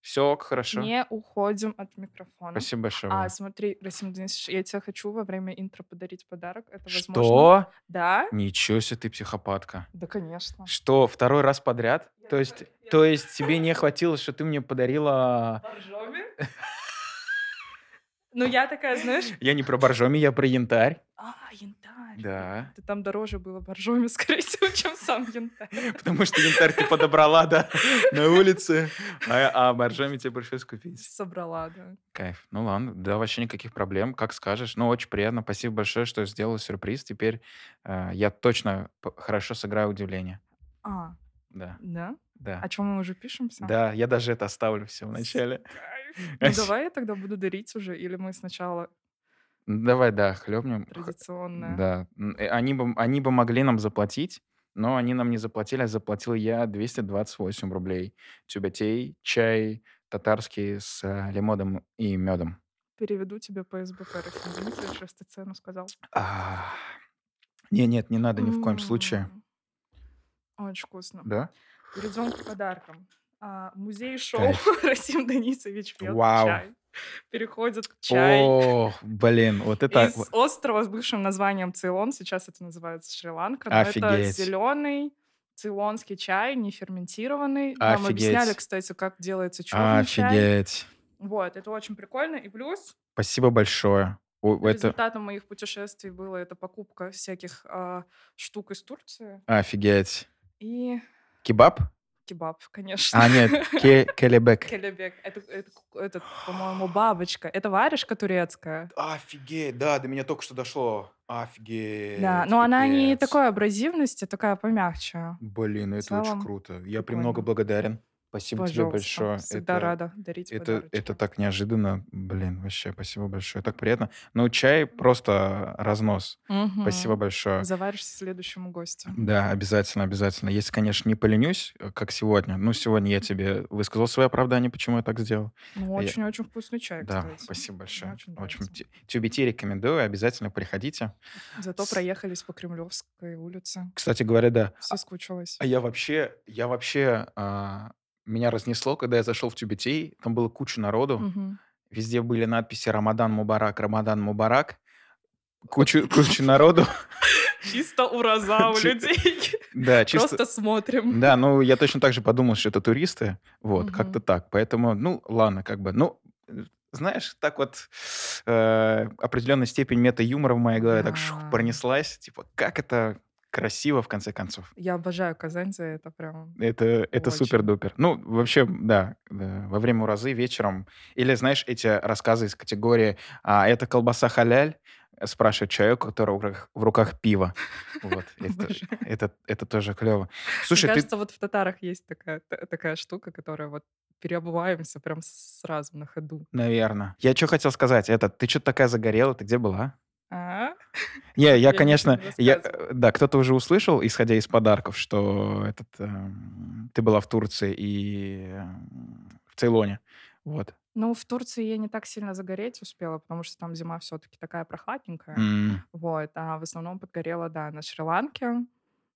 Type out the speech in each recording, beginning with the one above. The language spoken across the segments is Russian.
Все хорошо. Не уходим от микрофона. Спасибо большое. А, вам. смотри, Расим Денисович, я тебе хочу во время интро подарить подарок. Это возможно. Что? Да? Ничего себе ты психопатка. Да, конечно. Что, второй раз подряд? То есть, то есть тебе не хватило, что ты мне подарила... Ну, я такая, знаешь, Я не про боржоми, я про янтарь. а, янтарь. Да. Да там дороже было боржоми, скорее всего, чем сам янтарь. Потому что янтарь ты подобрала, да, на улице. А, а боржоми тебе пришлось купить. Собрала, да. Кайф. Ну ладно, да, вообще никаких проблем, как скажешь. Ну, очень приятно. Спасибо большое, что сделал сюрприз. Теперь э, я точно п- хорошо сыграю удивление. А, Да, да? да. О чем мы уже пишемся? Да, я даже это оставлю все в начале. Кайф. Ну, давай я тогда буду дарить уже, или мы сначала Ну, Давай, да, хлебнем. традиционное. Да. М, э, Они бы, они бы могли нам заплатить, но они нам не заплатили, а заплатил я 228 рублей. Тюбетей, чай татарский с э, лимоном и медом. Переведу тебе по СБП, Расим Денисович, раз ты цену сказал. А, Не, нет, не надо ни в коем случае. М. Очень вкусно. Да? Перейдем к подаркам. А, музей шоу Кайф. Расим Денисович пьет Вау. чай. Переходит к чаю. Ох, блин, вот это... Из острова с бывшим названием Цейлон, сейчас это называется Шри-Ланка. но это Офигеть. зеленый цейлонский чай, не ферментированный. Нам Офигеть. объясняли, кстати, как делается черный чай. Офигеть. Вот, это очень прикольно. И плюс Спасибо большое. О, Это результатом моих путешествий была эта покупка всяких а, штук из Турции. офигеть. И Кебаб? кебаб, конечно. А, нет, ке- келебек. Келебек. Это, это, ку- это, по-моему, бабочка. Это варежка турецкая. Офигеть, да, до меня только что дошло. Офигеть. Да, но она не пипец. такой абразивности, такая помягче. Блин, это целом очень круто. Я прикольно. премного благодарен. Спасибо тебе Пожалуйста. большое. Всегда это, рада дарить Это, это подарочки. так неожиданно. Блин, вообще, спасибо большое. Так приятно. Ну, чай просто разнос. Мгм. Спасибо большое. Заваришься следующему гостю. Да, обязательно, обязательно. Если, конечно, не поленюсь, э, как сегодня. Ну, сегодня я тебе высказал свое оправдание, почему А я так сделал. Ну, очень-очень вкусный чай, да, кстати. спасибо большое. Мне очень Очень, нравится. очень тюбити рекомендую, обязательно приходите. Зато С- проехались по Кремлевской улице. Кстати говоря, да, Соскучилась. А я вообще, я вообще, а, меня разнесло, когда я зашел в Тюбетей, там было куча народу, Мгм. везде были надписи «Рамадан Мубарак», «Рамадан Мубарак», кучу, кучу народу, Чисто ураза у Чи- людей. да, чисто... Просто смотрим. Да, ну я точно так же подумал, что это туристы, вот, Мгм. как-то так, поэтому, ну, ладно, как бы, ну, э, знаешь, так вот э, определенная степень мета-юмора в моей голове так шух, Да. пронеслась, типа, как это красиво, в конце концов. Я обожаю Казань за это прям. Это, это Очень. супер-дупер. Ну, вообще, да, да, во время уразы вечером. Или, знаешь, эти рассказы из категории «А это колбаса халяль?» спрашивает человек, у которого в руках, в руках пиво. Вот, это, Обожаю. это, это тоже клево. Мне Слушай, ты... кажется, вот в татарах есть такая, та- такая штука, которая вот переобуваемся прям с- сразу на ходу. Наверное. Я что хотел сказать? Это, ты что-то такая загорела, ты где была? А? Не, я, не конечно, я, рассказывала. э, да, кто-то уже услышал, исходя из подарков, что этот, эм, ты была в Турции и эм, в Цейлоне. Вот. Ну, в Турции я не так сильно загореть успела, потому что там зима все-таки такая прохладненькая. М. Вот, а в основном подгорела, да, на Шри-Ланке.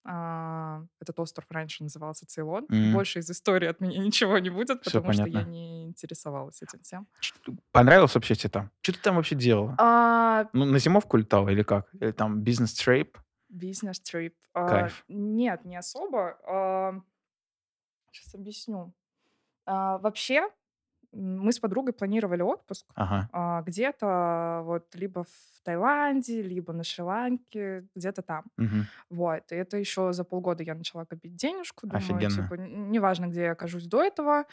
А, этот остров раньше назывался Цейлон. Мгм. Больше из истории от меня ничего не будет, Всё потому что я понятно. не интересовалась этим всем. Чё- Понравилось вообще тебе там? Что ты там вообще делала? А, Ну, на зимовку летала или как? Или там бизнес-трейп? Бизнес-трип. А, Кайф. Нет, не особо. Сейчас объясню. А, Вообще, м, мы с подругой планировали отпуск Ага. а, где-то вот либо в Таиланде, либо на Шри-Ланке, где-то там. мгм. Вот. И это еще за полгода я начала копить денежку. Думаю, Офигенно. типа, н- неважно, где я окажусь до этого,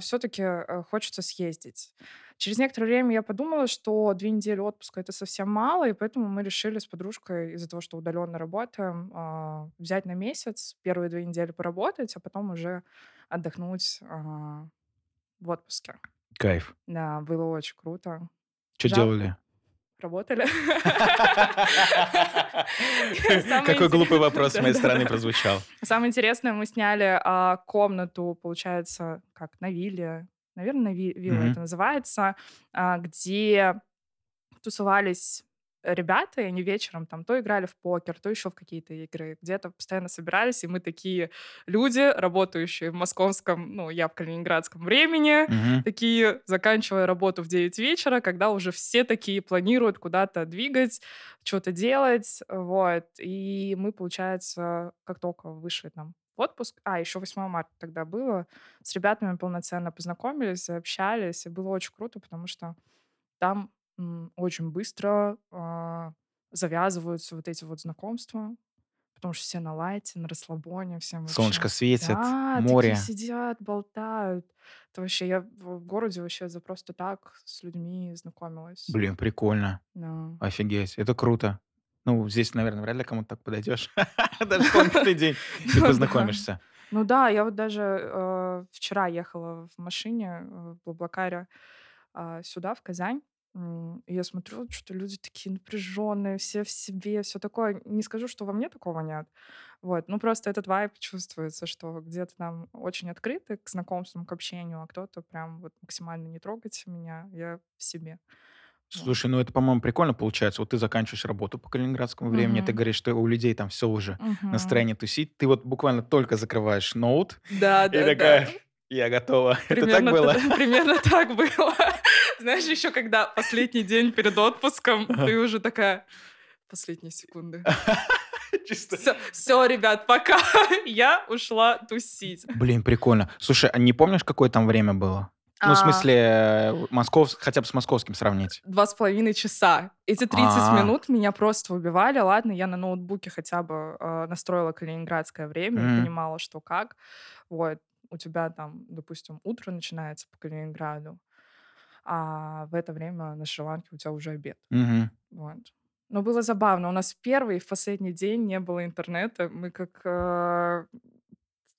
все-таки хочется съездить. Через некоторое время я подумала, что две недели отпуска это совсем мало, и поэтому мы решили с подружкой из-за того, что удаленно работаем, а, взять на месяц первые две недели поработать, а потом уже отдохнуть а, в отпуске. Кайф. Да, было очень круто. Что Жа- делали? Работали. Самое Какой глупый интересное- вопрос с моей Да-да-да. стороны прозвучал. Самое интересное, мы сняли а, комнату, получается, как на вилле, наверное, на ви- вилла Мгм. это называется, а, где тусовались ребята, и они вечером там то играли в покер, то еще в какие-то игры, где-то постоянно собирались, и мы такие люди, работающие в московском, ну, я в калининградском времени, Мгм. такие, заканчивая работу в 9 вечера, когда уже все такие планируют куда-то двигать, что-то делать, вот. И мы, получается, как только вышли там в отпуск, а, еще 8 марта тогда было, с ребятами полноценно познакомились, общались, и было очень круто, потому что там м, очень быстро а, завязываются вот эти вот знакомства, потому что все на лайте, на расслабоне, всем вообще- Солнышко светит, да, море. такие сидят, болтают. Это вообще я в в городе вообще за просто так с людьми знакомилась. Блин, прикольно. Да. Офигеть, это круто. Ну, здесь, наверное, вряд ли кому-то так подойдешь. Даже солнечный день. Ты Ну да. познакомишься. Ну да, я вот даже э, вчера ехала в машине э, в Блаблакаре а, сюда, в Казань. М, и я смотрю, что-то люди такие напряженные, все в себе, все такое. Не скажу, что во мне такого нет. Вот. Ну, просто этот вайб чувствуется, что где-то там очень открыты к знакомствам, к общению, а кто-то прям вот максимально не трогайте меня, я в себе. Вот. Слушай, ну это, по-моему, прикольно получается. Вот ты заканчиваешь работу по калининградскому времени, ты Мгм. говоришь, что у людей там все уже Мгм. настроение тусить. Ты вот буквально только закрываешь ноут Да, и да, да. такая, я готова. Это так Примерно было? т- Примерно так было. Знаешь, еще когда последний день перед отпуском, Ага. ты уже такая, последние секунды. Чисто. Все, ребят, пока. Я ушла тусить. Блин, прикольно. Слушай, а не помнишь, какое там время было? Ну, в А, смысле, э, москов... хотя бы с московским сравнить. Два с половиной часа. Эти 30 А. минут меня просто убивали. Ладно, я на ноутбуке хотя бы э, настроила калининградское время, и Мгм. понимала, что как. Вот, у тебя там, допустим, утро начинается по Калининграду, а в это время на Шри-Ланке у тебя уже обед. Мгм. Вот. Но было забавно. У нас в первый и в последний день не было интернета. Мы как э,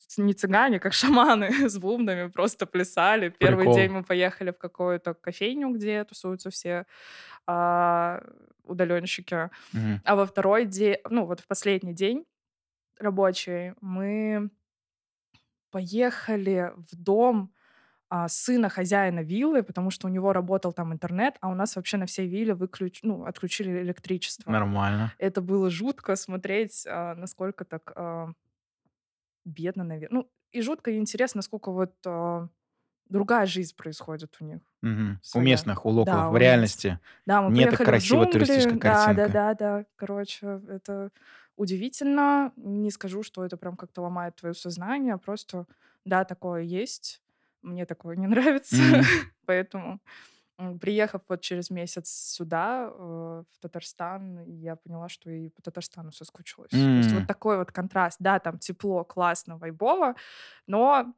ц- не цыгане, как шаманы с бубнами просто плясали. Первый Прикол. день мы поехали в какую-то кофейню, где тусуются все а, удаленщики. Мгм. А во второй день, ну вот в последний день рабочий, мы поехали в дом а, сына хозяина виллы, потому что у него работал там интернет, а у нас вообще на всей вилле выключ... ну, отключили электричество. Нормально. Это было жутко смотреть, а, насколько так а, бедно, наверное. Ну, и жутко, и интересно, насколько вот а, другая жизнь происходит у них. Мгм. У Своя. местных, у локов, Да, у в местных. реальности. Да, мы Не так приехали красиво в туристическая джунгли. Да, да, картинка. да, да. Короче, это удивительно. Не скажу, что это прям как-то ломает твое сознание. а Просто, да, такое есть. Мне такое не нравится. Мгм. Поэтому, м, приехав вот через месяц сюда, э, в Татарстан, я поняла, что и по Татарстану соскучилась. То есть М. вот такой вот контраст. Да, там тепло, классно, вайбово, но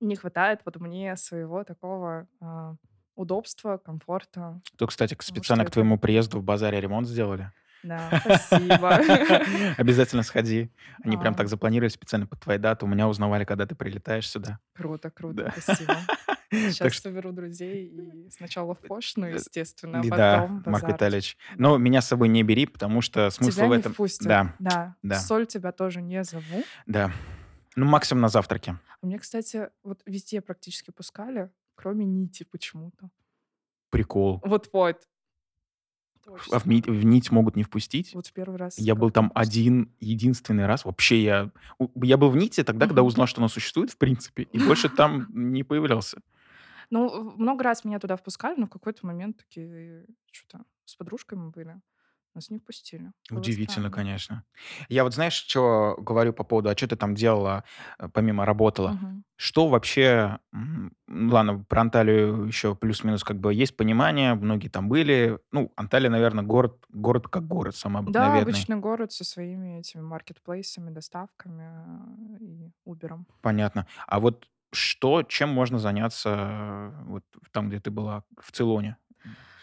не хватает вот мне своего такого а, удобства, комфорта. То, кстати, к- Потому что специально к это- твоему приезду в базаре ремонт сделали. Да, спасибо. Обязательно сходи. Они прям А. так запланировали специально под твои даты. У меня узнавали, когда ты прилетаешь сюда. Круто, Да. круто, спасибо. Так Сейчас что, соберу друзей и сначала в пошлину, Э, естественно, а беда, потом Марк базар. Витальевич. Но меня с собой не бери, потому что смысл Тебя в не этом... впустят. Да, Да. да. Соль тебя тоже не зову. да. Ну, максимум на завтраке. А Мне, кстати, вот везде практически пускали, кроме нити почему-то. Прикол. Вот-вот. Это очень А в, ни- странно. в нить могут не впустить. Вот в первый раз. Я был как-то там не пустили. один, единственный раз. Вообще я... у- Я был в НИТе тогда, когда Мгм. узнал, что она существует, в принципе, и больше там не появлялся. Ну, в- много раз меня туда впускали, но в какой-то момент такие что-то с подружкой мы были. Нас не пустили. Было Удивительно, странно. конечно. Я вот знаешь, что говорю по поводу, а что ты там делала, э, помимо работала? Мгм. Что вообще... м, ну Ладно, про Анталию еще плюс-минус как бы есть понимание, многие там были. Ну, Анталия, наверное, город, город как город, самый Да, обыкновенный. обычный город со своими этими маркетплейсами, доставками э, и Убером. Понятно. А вот что, чем можно заняться э, вот в- там, где ты была, в Цилоне?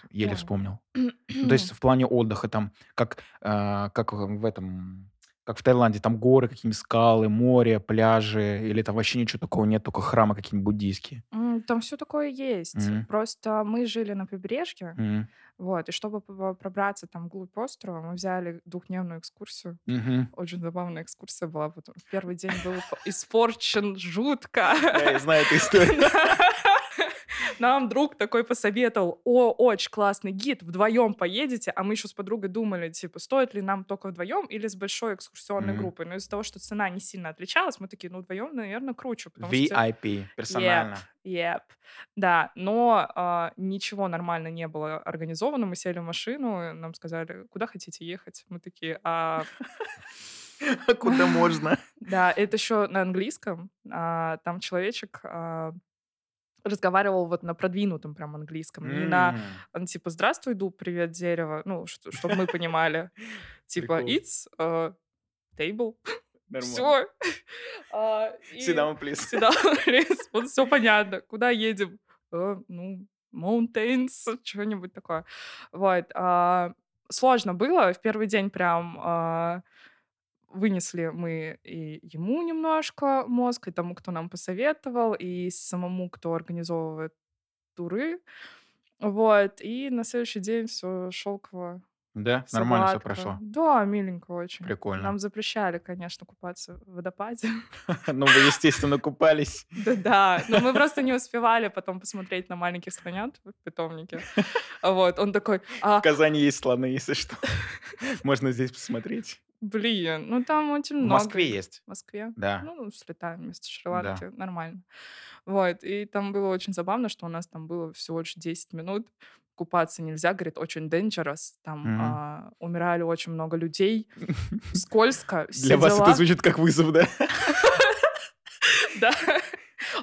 Еле Ой. вспомнил. Ну, То есть в плане отдыха там, как, э, как в в этом, как в Таиланде, там горы, какие-нибудь скалы, море, пляжи, или там вообще ничего такого нет, только храмы какие-нибудь буддийские. М, Там все такое есть. Мгм. Просто мы жили на побережье, Мгм. вот, и чтобы п- пробраться там вглубь острова, мы взяли двухдневную экскурсию. Мгм. Очень забавная экскурсия была. Потом. Первый день был по- испорчен жутко. Я и знаю эту историю. Да. Нам друг такой посоветовал, о, очень классный гид, вдвоем поедете, а мы еще с подругой думали, типа, стоит ли нам только вдвоем или с большой экскурсионной Мгм. группой. Но из-за того, что цена не сильно отличалась, мы такие, ну, вдвоем, наверное, круче. потому что- VIP, персонально. Yep. Да, но а, ничего нормально не было организовано. Мы сели в машину, нам сказали, куда хотите ехать? Мы такие, а... Куда можно? Да, это еще на английском. а, там человечек а, разговаривал вот на продвинутом прям английском. Не на, М. он типа, здравствуй, дуб, привет, дерево. Ну, чтобы мы понимали. Типа, Прикол. it's а, table. А, Нормально. Все. Sit down, please. всегда лес. Вот все понятно. Куда едем? Э, Ну, mountains, что-нибудь такое. Вот. а, Сложно было. В первый день прям а, вынесли мы и ему немножко мозг, и тому, кто нам посоветовал, и самому, кто организовывает туры. Вот. И на следующий день все шелково. Да, нормально все сладко. прошло. Да, миленько очень. Прикольно. Нам запрещали, конечно, купаться в водопаде. Ну, вы, естественно, купались. Да, да. Но мы просто не успевали потом посмотреть на маленьких слонят в питомнике. Вот, он такой, а, В Казани есть слоны, если что. Можно здесь посмотреть. блин, ну там очень В много. Москве их». есть. В Москве. Да. Ну, слетаем вместо Шри-Ланки, нормально. Вот, и там было очень забавно, что у нас там было всего лишь 10 минут, купаться нельзя, говорит, очень dangerous, там Мгм. а, умирали очень много людей, скользко, все Для вас дела. это звучит как вызов, да? Да.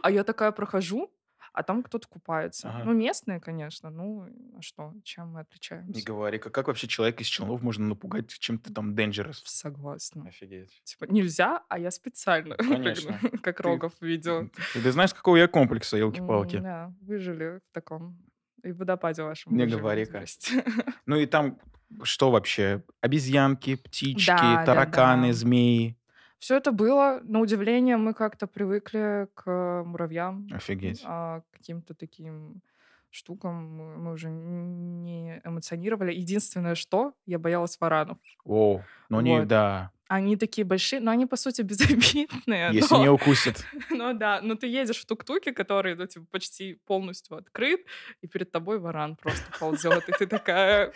А я такая прохожу, а там кто-то купается. Ага. Ну, местные, конечно. Ну, а что, чем мы отличаемся? Не говори, как, как вообще человека из челнов можно напугать чем-то там dangerous? Согласна. Офигеть. Типа, нельзя, а я специально. Конечно. прыгну, Как Ты- Рогов в видео. Ты, ты знаешь, какого я комплекса, М, елки-палки? Да, выжили в таком... И в водопаде вашем. Не выжили, говори-ка. здрасте. Ну и там что вообще? Обезьянки, птички, Да, да, тараканы, да. змеи. Все это было. На удивление, мы как-то привыкли к муравьям, Офигеть. а, каким-то таким штукам мы мы уже не эмоционировали. Единственное, что я боялась варанов. О, ну они, Вот. да, Они такие большие, но они, по сути, безобидные. если но- не укусят. Ну да, но ты едешь в тук-туке, который, ну, типа, почти полностью открыт, и перед тобой варан просто ползет, и ты такая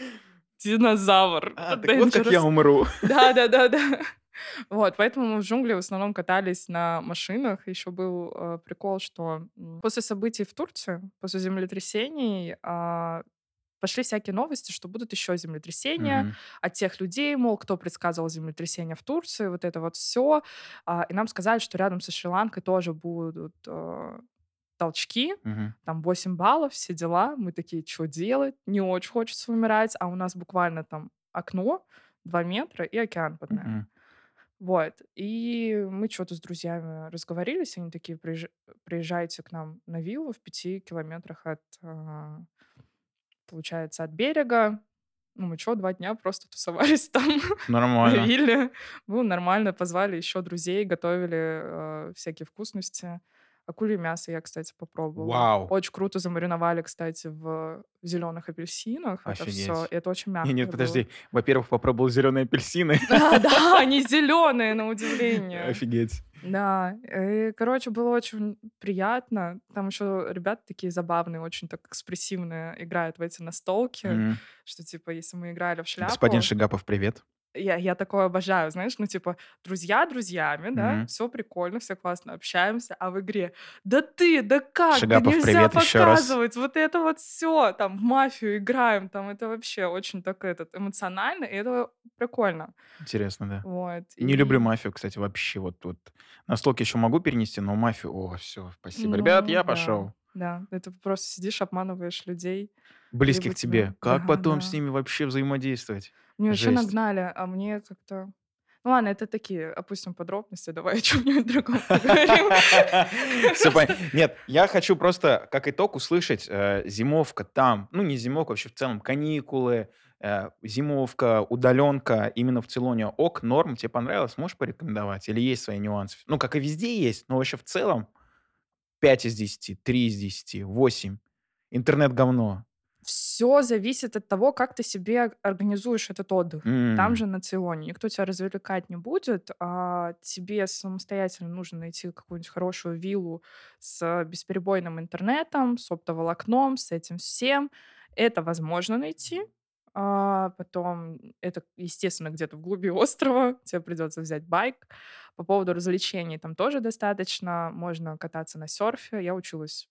динозавр. А, так вот как я dangerous». умру. Да, да, да, да. Вот, поэтому мы в джунгли в основном катались на машинах. Еще был э, прикол, что м, после событий в Турции, после землетрясений, а, пошли всякие новости, что будут еще землетрясения, Мгм. от тех людей, мол, кто предсказывал землетрясение в Турции, вот это вот все. и нам сказали, что рядом со Шри-Ланкой тоже будут э, толчки, Мгм. там 8 баллов, все дела. Мы такие, что делать? Не очень хочется умирать, а у нас буквально там окно 2 метра и океан под нами. Мгм. Вот. И мы что-то с друзьями разговорились, они такие, «Приезж- приезжайте к нам на виллу в пяти километрах от, а, получается, от берега. Ну, мы что, два дня просто тусовались там на Нормально. вилле. Было ну, нормально, позвали еще друзей, готовили э, всякие вкусности. Акулье мясо я, кстати, попробовала. Вау. Очень круто замариновали, кстати, в зеленых апельсинах. Это все. Офигеть. Это очень мягко. Не, нет, подожди. Во-первых, попробовал зеленые апельсины. Да, да, они зеленые, на удивление. Офигеть. Да, э, короче, было очень приятно. Там еще ребята такие забавные, очень так экспрессивные играют в эти настолки, Мгм. что типа, если мы играли в шляпу, Господин Шигапов, привет. я, я такое обожаю, знаешь, ну типа друзья друзьями, да, Мгм. все прикольно, все классно, общаемся, а в игре, да ты, да как, да Шигапов, нельзя привет еще раз. показывать, вот это вот все, там в мафию играем, там это вообще очень так этот эмоционально, и это прикольно, Интересно, да. вот. Не люблю и- мафию, кстати, вообще. Вот, вот. Настолки еще могу перенести, но мафию... О, все, спасибо. Ну, Ребят, я да. пошел. Да, это просто сидишь, обманываешь людей. Близких Либо к тебе. тебя- Как Да, потом с да. ними вообще взаимодействовать? Мне вообще Жесть. нагнали, а мне как-то... Ну ладно, это такие, опустим подробности, давай о чем-нибудь другом поговорим. Всё пон- Нет, я хочу просто как итог услышать э, зимовка там, ну не зимовка, вообще в целом каникулы, э, зимовка, удаленка именно в Целоне. Ок, норм, тебе понравилось, можешь порекомендовать? Или есть свои нюансы? Ну, как и везде есть, но вообще в целом 5 из 10, 3 из 10, 8. Интернет говно. все зависит от того, как ты себе организуешь этот отдых. М, Там же на Цейлоне. Никто тебя развлекать не будет, а тебе самостоятельно нужно найти какую-нибудь хорошую виллу с бесперебойным интернетом, с оптоволокном, с этим всем. Это возможно найти. А, потом это, естественно, где-то в глуби острова. Тебе придется взять байк. По поводу развлечений там тоже достаточно. Можно кататься на серфе. Я училась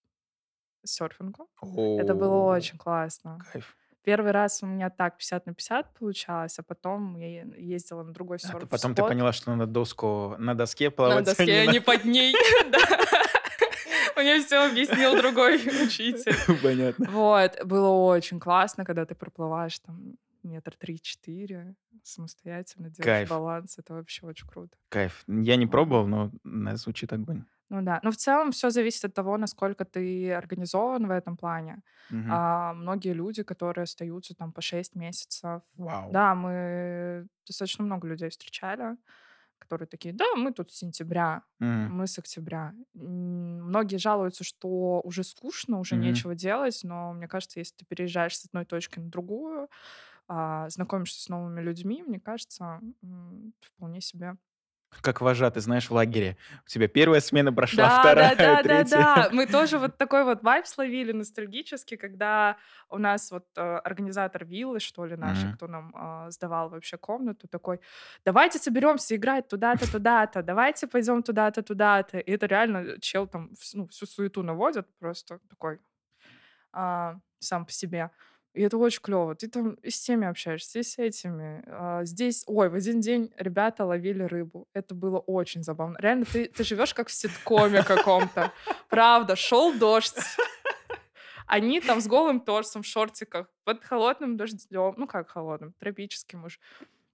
серфингу. Это о, было очень классно. Кайф. Первый раз у меня так 50 на 50 получалось, а потом я е- ездила на другой А ты- сорт. потом ты поняла, что на доску, на доске на плавать. доске, а не под ней. Да. Мне все объяснил другой учитель. надо. Понятно. Вот, было очень классно, когда ты проплываешь там метр три-четыре самостоятельно, делаешь Кайф. баланс, это вообще очень круто. Кайф. Я не пробовал, но м, звучит огонь. Ну да, но в целом все зависит от того, насколько ты организован в этом плане. Мгм. А многие люди, которые остаются там по 6 месяцев, Вау. Да, мы достаточно много людей встречали, которые такие, да, мы тут с сентября, М, мы с октября. М, Многие жалуются, что уже скучно, уже Мгм. нечего делать, но мне кажется, если ты переезжаешь с одной точки на другую, а, знакомишься с новыми людьми, мне кажется, м, вполне себе. Как вожатый, знаешь, в лагере. У тебя первая смена прошла, да, вторая, да, да, третья. да, да. Мы тоже вот такой вот вайб словили ностальгически, когда у нас вот э, организатор виллы, что ли, наши, Мгм. кто нам э, сдавал вообще комнату, такой, давайте соберемся играть туда-то, туда-то, давайте пойдем туда-то, туда-то. И это реально чел там вс- ну, всю суету наводит, просто такой а, сам по себе. И это очень клево. Ты там и с теми общаешься, и с этими. А, здесь, ой, в один день ребята ловили рыбу. Это было очень забавно. Реально, ты, ты живешь как в ситкоме каком-то. Правда, шел дождь. Они там с голым торсом в шортиках, под холодным дождем, ну как холодным, тропическим уж,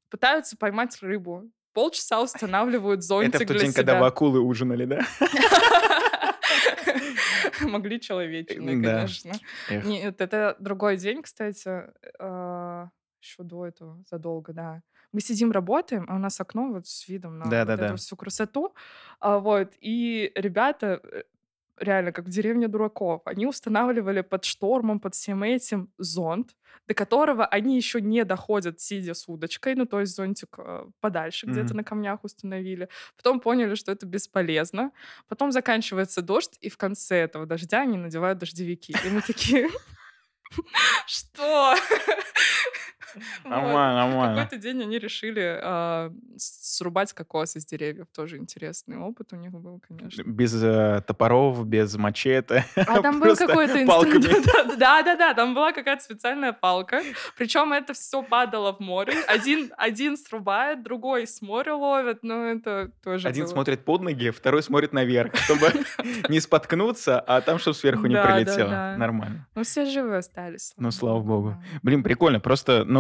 пытаются поймать рыбу. Полчаса устанавливают зонтик Это в тот для день, себя. когда вы акулы ужинали, да? Могли человечины, Да. конечно. Эх. Нет, это другой день, кстати. Еще до этого, задолго, да. Мы сидим, работаем, а у нас окно вот с видом на вот Да-да-да. эту всю красоту. А, Вот, и ребята э, реально как в деревне дураков. Они устанавливали под штормом, под всем этим зонт, до которого они еще не доходят, сидя с удочкой, ну, то есть зонтик э, подальше где-то Мгм. на камнях установили. Потом поняли, что это бесполезно. Потом заканчивается дождь, и в конце этого дождя они надевают дождевики. И мы такие... Что? Вот. Нормально, А нормально. Какой-то день они решили а, с- срубать кокосы с деревьев. Тоже интересный опыт у них был, конечно. Без э, топоров, без мачете. А там был Просто какой-то палками. инструмент. Да, да, да, там была какая-то специальная палка. Причем это все падало в море. Один, один срубает, другой с моря ловит. Ну, это тоже Один было. смотрит под ноги, второй смотрит наверх, чтобы не споткнуться, а там, чтобы сверху не Да, да, прилетело. да. Нормально. Ну, все живы остались. Ну, слава богу. Да. Блин, прикольно. Просто, ну,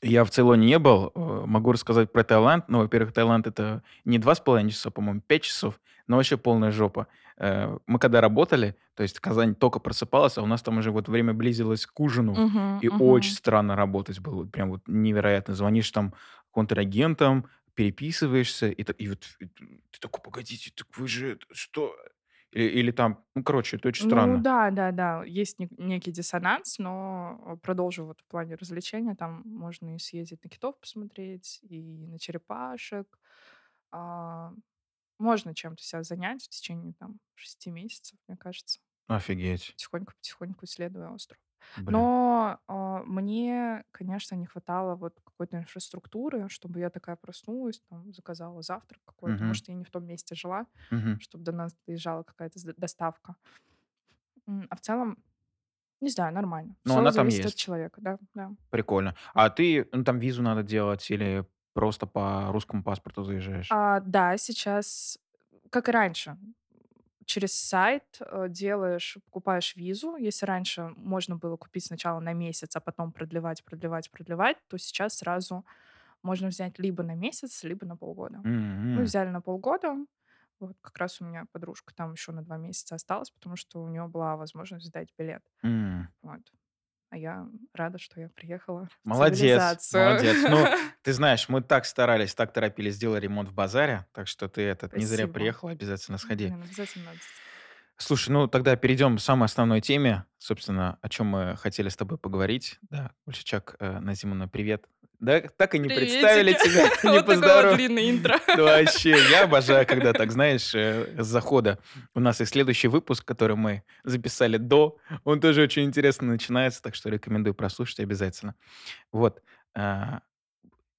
я в Цейлоне не был. э, Могу рассказать про Таиланд. Ну, во-первых, Таиланд это не два с половиной часа, по-моему, пять часов, но вообще полная жопа. Э, Мы когда работали, то есть Казань только просыпалась, а у нас там уже вот время близилось к ужину. Мгм, И мгм. очень странно работать было, вот прям вот невероятно. Звонишь там контрагентам, переписываешься, и, та- и вот и ты такой, погодите, так вы же это что? Или, или там, ну, короче, это очень странно. Ну да, да, да. Есть нек- некий диссонанс, но э, продолжу вот в плане развлечения. Там можно и съездить на китов посмотреть, и на черепашек. А, можно чем-то себя занять в течение там шести месяцев, мне кажется, Офигеть. потихоньку-потихоньку исследуя остров. Блин. Но а, мне, конечно, не хватало вот какой-то инфраструктуры, чтобы я такая проснулась, там, заказала завтрак какой-то. Мгм. Может, я не в том месте жила, Мгм. чтобы до нас доезжала какая-то с- доставка. М, А в целом, не знаю, нормально. Ну, Всё она там зависит от есть. человека, да, да. Прикольно. А ты, ну, там визу надо делать или просто по русскому паспорту заезжаешь? А, да, сейчас, как и раньше, через сайт э, делаешь, покупаешь визу. Если раньше можно было купить сначала на месяц, а потом продлевать, продлевать, продлевать, то сейчас сразу можно взять либо на месяц, либо на полгода. М, Мы м. взяли на полгода. Вот как раз у меня подружка там еще на два месяца осталась, потому что у нее была возможность сдать билет. М. Вот. А я рада, что я приехала. в Молодец, цивилизацию. молодец. Ну, Ты знаешь, мы так старались, так торопились, сделали ремонт в базаре, так что ты этот не зря Спасибо. приехала, обязательно сходи. Блин, обязательно надо. Слушай, ну тогда перейдем к самой основной теме, собственно, о чем мы хотели с тобой поговорить. Да, Ульчичак, э, Назимовна, привет. Да, так и не представили тебя, Приветики. не Вот такое вот поздоровались. длинное интро. Да Ну, Вообще, я обожаю, когда так, знаешь, э, с захода. У нас и следующий выпуск, который мы записали до, он тоже очень интересно начинается, так что рекомендую прослушать обязательно. Вот.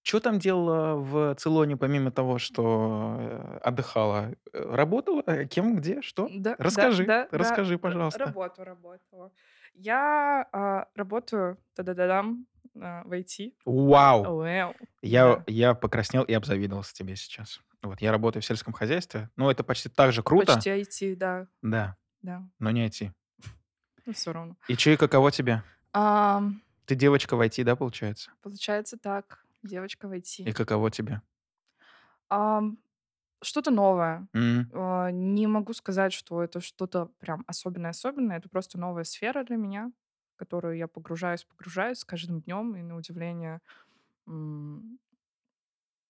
Что там делала в Целоне, помимо того, что э, отдыхала? Э, Работала? Э, Кем, где, что? Да, да, Расскажи, да, да. расскажи, Р- пожалуйста. Работу, работала. Я а, работаю, да-да-да-дам, а, в IT. Вау! Вау. Я, Да. я покраснел и обзавидовался тебе сейчас. Вот, я работаю в сельском хозяйстве. Ну, это почти так же круто. Почти IT, да, Да, да, но не IT. все равно. И че, и каково тебе? А, Ты девочка в IT, да, получается? получается так, девочка в IT. И каково тебе? А, что-то новое. М, А, не могу сказать, что это что-то прям особенное-особенное. Это просто новая сфера для меня, в которую я погружаюсь, погружаюсь с каждым днем, и на удивление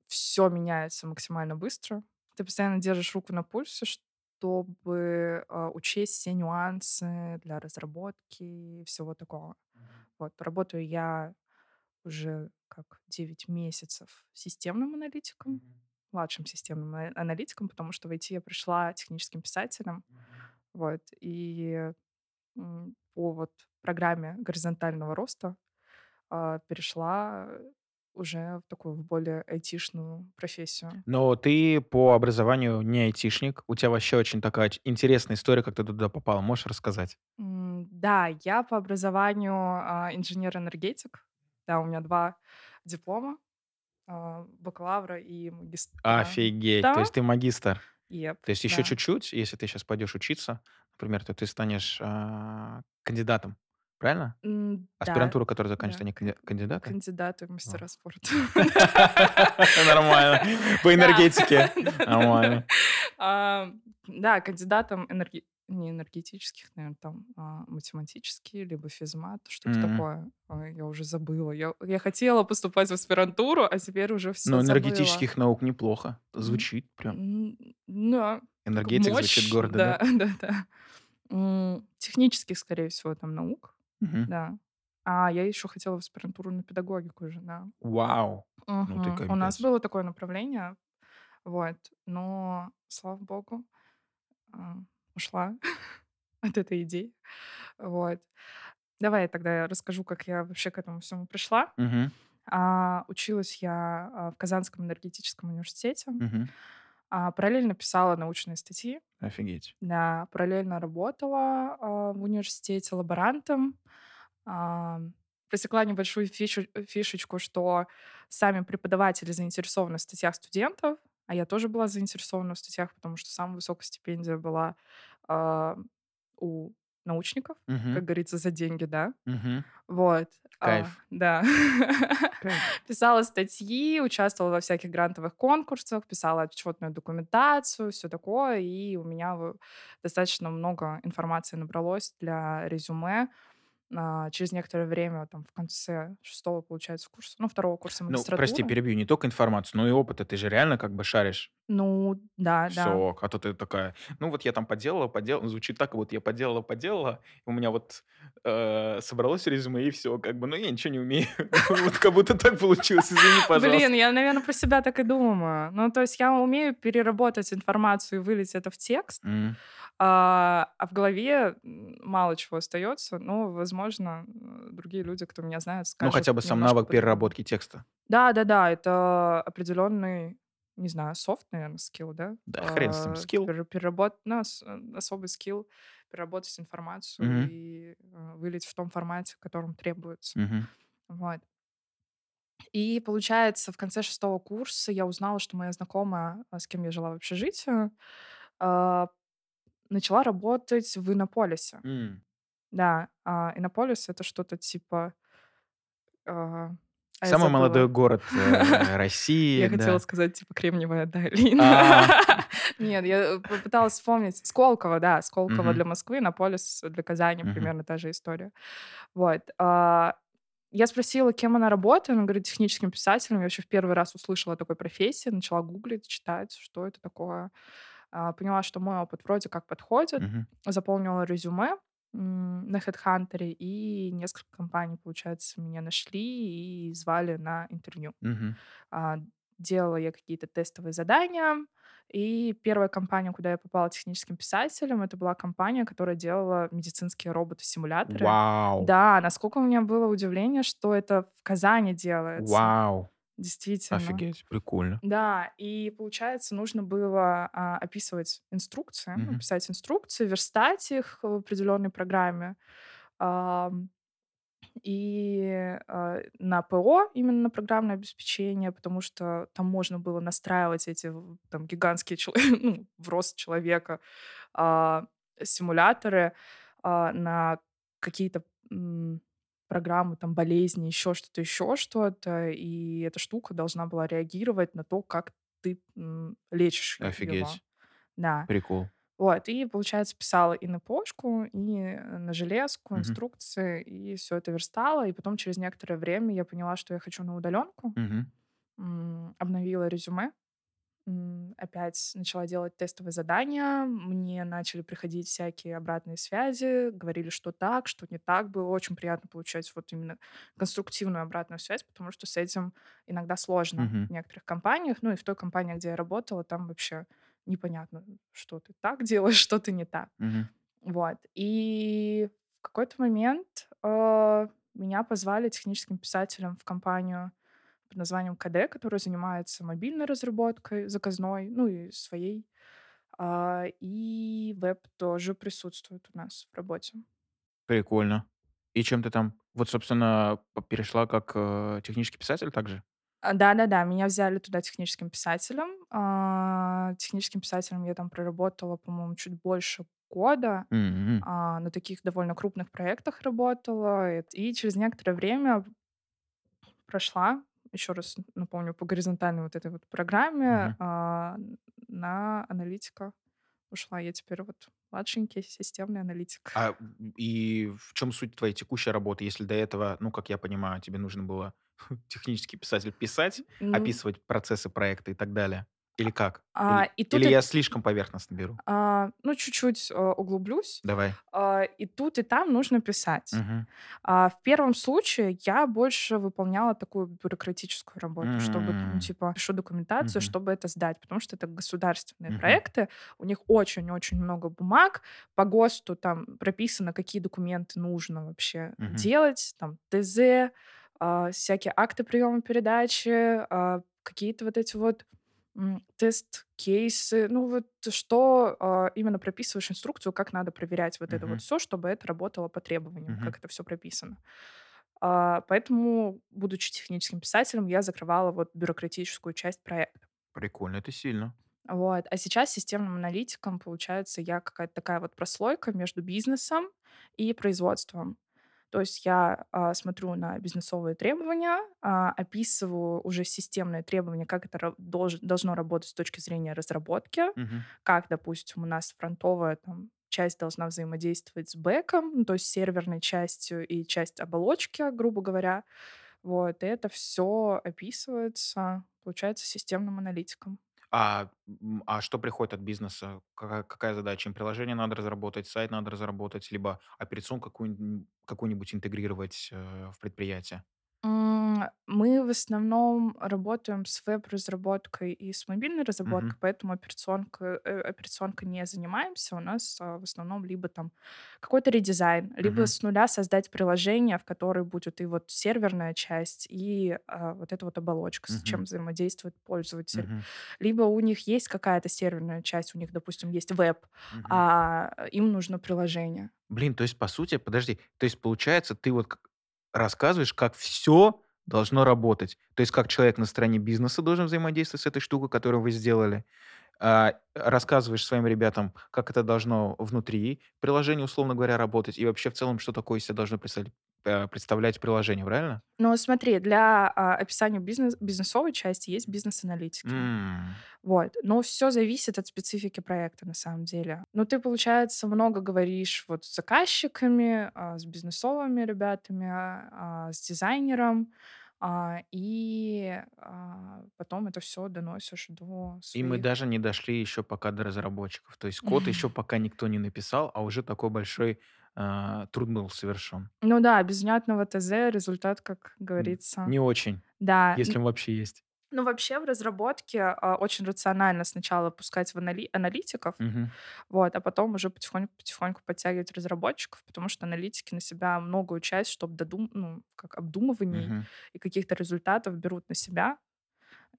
все меняется максимально быстро. Ты постоянно держишь руку на пульсе, чтобы а, учесть все нюансы для разработки и всего такого. Вот, работаю я уже как 9 месяцев системным аналитиком младшим системным а- аналитиком, потому что в IT я пришла техническим писателем. Вот, и м, по вот программе горизонтального роста а, перешла уже в такую в более айтишную профессию. Но ты по образованию не айтишник. У тебя вообще очень такая ч- интересная история, как ты туда попал. Можешь рассказать? М, Да, я по образованию а, инженер-энергетик. Да, у меня два диплома, а, бакалавра и магистра. Офигеть. А, Да. То есть ты магистр. Yep, То есть еще да. чуть-чуть, если ты сейчас пойдешь учиться, например, то ты станешь а, кандидатом. Правильно? М, да, Аспирантура, А. которая заканчивает, да. они канди- кандидаты? Кандидаты в мастера спорта. Нормально. По Да. энергетике. Да, да, да. Нормально. А, Да, кандидатом энерги- не энергетических, наверное, там а, математические, либо физмат, что-то Мгм. такое. Ой, Я уже забыла. Я, я хотела поступать в аспирантуру, а теперь уже все Но Ну, энергетических наук неплохо. Звучит прям. Да. Энергетик ну, мощь, звучит гордо, да? да. Да, да, М, Технических, скорее всего, там наук, Мгм. да. А я еще хотела в аспирантуру на педагогику же, да. Вау. Ну, ты Мгм. У нас капец. было такое направление, вот, но, слава богу, а, ушла от этой идеи, вот. Давай я тогда расскажу, как я вообще к этому всему пришла. Мгм, А, училась я а, в Казанском энергетическом университете, мгм. а, параллельно писала научные статьи, Офигеть. да, параллельно работала а, в университете лаборантом. А, Просекла небольшую фишу- фишечку, что сами преподаватели заинтересованы в статьях студентов, а я тоже была заинтересована в статьях, потому что самая высокая стипендия была а, у научников, Мгм, как говорится, за деньги, да. мгм. Вот. а, Кайф. да. Писала статьи, участвовала во всяких грантовых конкурсах, писала отчетную документацию, все такое. И у меня вы- достаточно много информации набралось для резюме. А, Через некоторое время, вот там в конце шестого, получается, курса, ну, второго курса Ну, магистратуры. прости, перебью, не только информацию, но и опыта. Ты же реально как бы шаришь Ну, да, да. все. А то ты такая, ну вот я там поделала, поделала. Звучит так, вот я поделала, поделала. У меня вот э, собралось резюме и все. Как бы, ну я ничего не умею. Вот как будто так получилось. Извини, пожалуйста. Блин, я, наверное, про себя так и думаю. Ну, то есть я умею переработать информацию и вылить это в текст, М, ну, А, а в голове м, мало чего остается. но, возможно, э, другие люди, кто меня знают, Ну, скажут. хотя бы сам немножко навык по-другому. переработки текста. Да, да, да, это определенный, не знаю, софт, наверное, скилл, да? Да, хрен с ним, А, скилл. пере- переработ- ну, ос- особый скилл переработать информацию Мгм. и э, вылить в том формате, в котором требуется. Мгм. Вот. И получается, в конце шестого курса я узнала, что моя знакомая, а, с кем я жила в общежитии, а, начала работать в Иннополисе. М, Да, а, Иннополис — это что-то типа... а, а я Самый забыла. молодой город э, России. Я хотела да. сказать, типа, Кремниевая долина. А. Нет, я э, попыталась вспомнить. Сколково, да, Сколково Мгм. для Москвы, Иннополис для Казани, Мгм. примерно та же история. Вот. а, Я спросила, кем она работает. Она говорит, техническим писателем. Я вообще в первый раз услышала о такой профессии, начала гуглить, читать, что это такое. А, а, поняла, что мой опыт вроде как подходит, Мгм. заполнила резюме м, на HeadHunter, и несколько компаний, получается, меня нашли и звали на интервью. Мгм. А, Делала я какие-то тестовые задания, и первая компания, куда я попала техническим писателем, это была компания, которая делала медицинские роботы-симуляторы. Вау. Да, насколько у меня было удивление, что это в Казани делается. Вау. Действительно. Офигеть, прикольно. Да, и получается, нужно было а, описывать инструкции, ну, Мгм. писать инструкции, верстать их в определенной программе. Ам, и а, на ПО именно на программное обеспечение, потому что там можно было настраивать эти в- там гигантские чело- ну, в рост человека а, симуляторы а, на какие-то м, программы, там, болезни, еще что-то, еще что-то, и эта штука должна была реагировать на то, как ты м, лечишь е- его. Офигеть. Да. Прикол. Вот, и, получается, писала и на почку, и э, на железку, Мгм. инструкции, и все это верстала. И потом через некоторое время я поняла, что я хочу на удаленку. Мгм. М, Обновила резюме, м, опять начала делать тестовые задания. Мне начали приходить всякие обратные связи, говорили, что так, что не так. Было очень приятно получать вот именно конструктивную обратную связь, потому что с этим иногда сложно Мгм. в некоторых компаниях. Ну и в той компании, где я работала, там вообще непонятно, что ты так делаешь, что ты не так. Мгм. Вот. И в какой-то момент э, меня позвали техническим писателем в компанию под названием КД, которая занимается мобильной разработкой, заказной, ну и своей. А, и веб тоже присутствует у нас в работе. Прикольно. И чем ты там? Вот, собственно, п- перешла как э, технический писатель также? А, Да-да-да, меня взяли туда техническим писателем. А, техническим писателем я там проработала, по-моему, чуть больше года. Мгм. а, на таких довольно крупных проектах работала. э, И через некоторое время прошла, еще раз напомню, по горизонтальной вот этой вот программе Мгм. а, н- на аналитика ушла. Я теперь вот младшенький системный аналитик. А м, и в чем суть твоей текущей работы, если до этого, ну, как я понимаю, тебе нужно было технический писатель писать, Ну, описывать процессы проекта и так далее? Или как? а, или и тут или и- я слишком поверхностно беру? а, ну, чуть-чуть э, углублюсь. Давай. А, и тут, и там нужно писать. Мгм. А в первом случае я больше выполняла такую бюрократическую работу, чтобы, ну, М. типа, пишу документацию, Мгм. чтобы это сдать, потому что это государственные Мгм. проекты, у них очень-очень много бумаг, по ГОСТу там прописано, какие документы нужно вообще Мгм. делать, там ТЗ, а, всякие акты приема передачи, а, какие-то вот эти вот м, тест-кейсы, ну вот что а, именно прописываешь инструкцию, как надо проверять вот это Мгм. вот все, чтобы это работало по требованиям, Мгм. как это все прописано. А, поэтому, будучи техническим писателем, я закрывала вот бюрократическую часть проекта. Прикольно, это сильно. Вот. А сейчас системным аналитиком, получается, я какая-то такая вот прослойка между бизнесом и производством. То есть я а, смотрю на бизнесовые требования, а, описываю уже системные требования, как это ра- долж- должно работать с точки зрения разработки, Мгм. как, допустим, у нас фронтовая там, часть должна взаимодействовать с бэком, ну, то есть серверной частью и часть оболочки, грубо говоря. Вот, и это все описывается, получается, системным аналитиком. А, м, а что приходит от бизнеса? Какая, какая задача? Им приложение надо разработать, сайт надо разработать, либо операционку какую-нибудь, какую-нибудь интегрировать э, в предприятие. М, Мы в основном работаем с веб-разработкой и с мобильной разработкой, Мгм. поэтому операционка, э, операционкой не занимаемся. У нас а, в основном либо там какой-то редизайн, либо Мгм. с нуля создать приложение, в которое будет и вот серверная часть, и а, вот эта вот оболочка, с Мгм. чем взаимодействует пользователь. Мгм. Либо у них есть какая-то серверная часть, у них, допустим, есть веб, Мгм. а им нужно приложение. Блин, то есть, по сути, подожди, то есть, получается, ты вот как рассказываешь, как все должно работать. То есть, как человек на стороне бизнеса должен взаимодействовать с этой штукой, которую вы сделали. А, рассказываешь своим ребятам, как это должно внутри приложения, условно говоря, работать, и вообще в целом, что такое из себя должно представлять, э, представлять приложение, правильно? Но смотри, для а, описания бизнес, бизнесовой части есть бизнес-аналитики. М, Вот. Но все зависит от специфики проекта, на самом деле. Но ты, получается, много говоришь вот с заказчиками, а, с бизнесовыми ребятами, а, с дизайнером, а, А, и а, потом это все доносишь до И мы своих... даже не дошли еще пока до разработчиков. То есть код еще пока никто не написал, а уже такой большой а, труд был совершен. Ну да, без внятного ТЗ результат, как говорится. Не очень, Да. если он вообще есть. Ну, вообще в разработке а, очень рационально сначала пускать в анали- аналитиков, Мгм. вот, а потом уже потихоньку-потихоньку подтягивать разработчиков, потому что аналитики на себя многую часть, чтобы додум... ну, как обдумываний Мгм. и каких-то результатов берут на себя,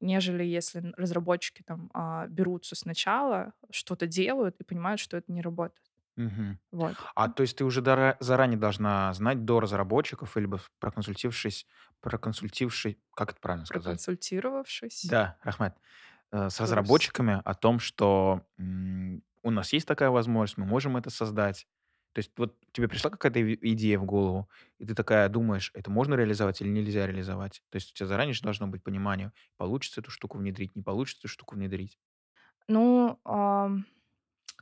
нежели если н- разработчики там а, берутся сначала, что-то делают и понимают, что это не работает. Мгм. Вот. А то есть ты уже дара- заранее должна знать до разработчиков, либо с- проконсультившись, проконсультившись, как это правильно сказать? Проконсультировавшись. Да, Рахмат. Э, С есть- разработчиками о том, что м, у нас есть такая возможность, мы можем это создать. То есть вот тебе пришла какая-то и- идея в голову, и ты такая думаешь, это можно реализовать или нельзя реализовать. То есть у тебя заранее же должно быть понимание, получится эту штуку внедрить, не получится эту штуку внедрить. Ну, ам,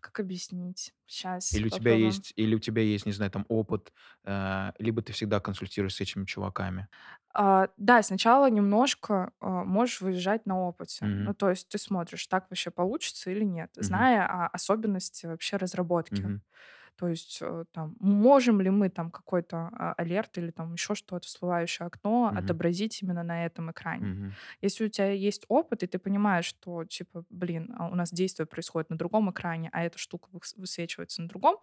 как объяснить? Сейчас. Или у тебя есть, или у тебя есть, не знаю, там опыт, э, либо ты всегда консультируешься с этими чуваками. А, да, сначала немножко а, можешь выезжать на опыте. Мгм. Ну, то есть ты смотришь, так вообще получится или нет, Мгм. зная а, особенности вообще разработки. Мгм. То есть э, там можем ли мы там какой-то а, алерт или там еще что-то всплывающее окно Мгм. отобразить именно на этом экране. Мгм. Если у тебя есть опыт и ты понимаешь, что типа, блин, а у нас действие происходит на другом экране, а эта штука выс- высвечивается на другом,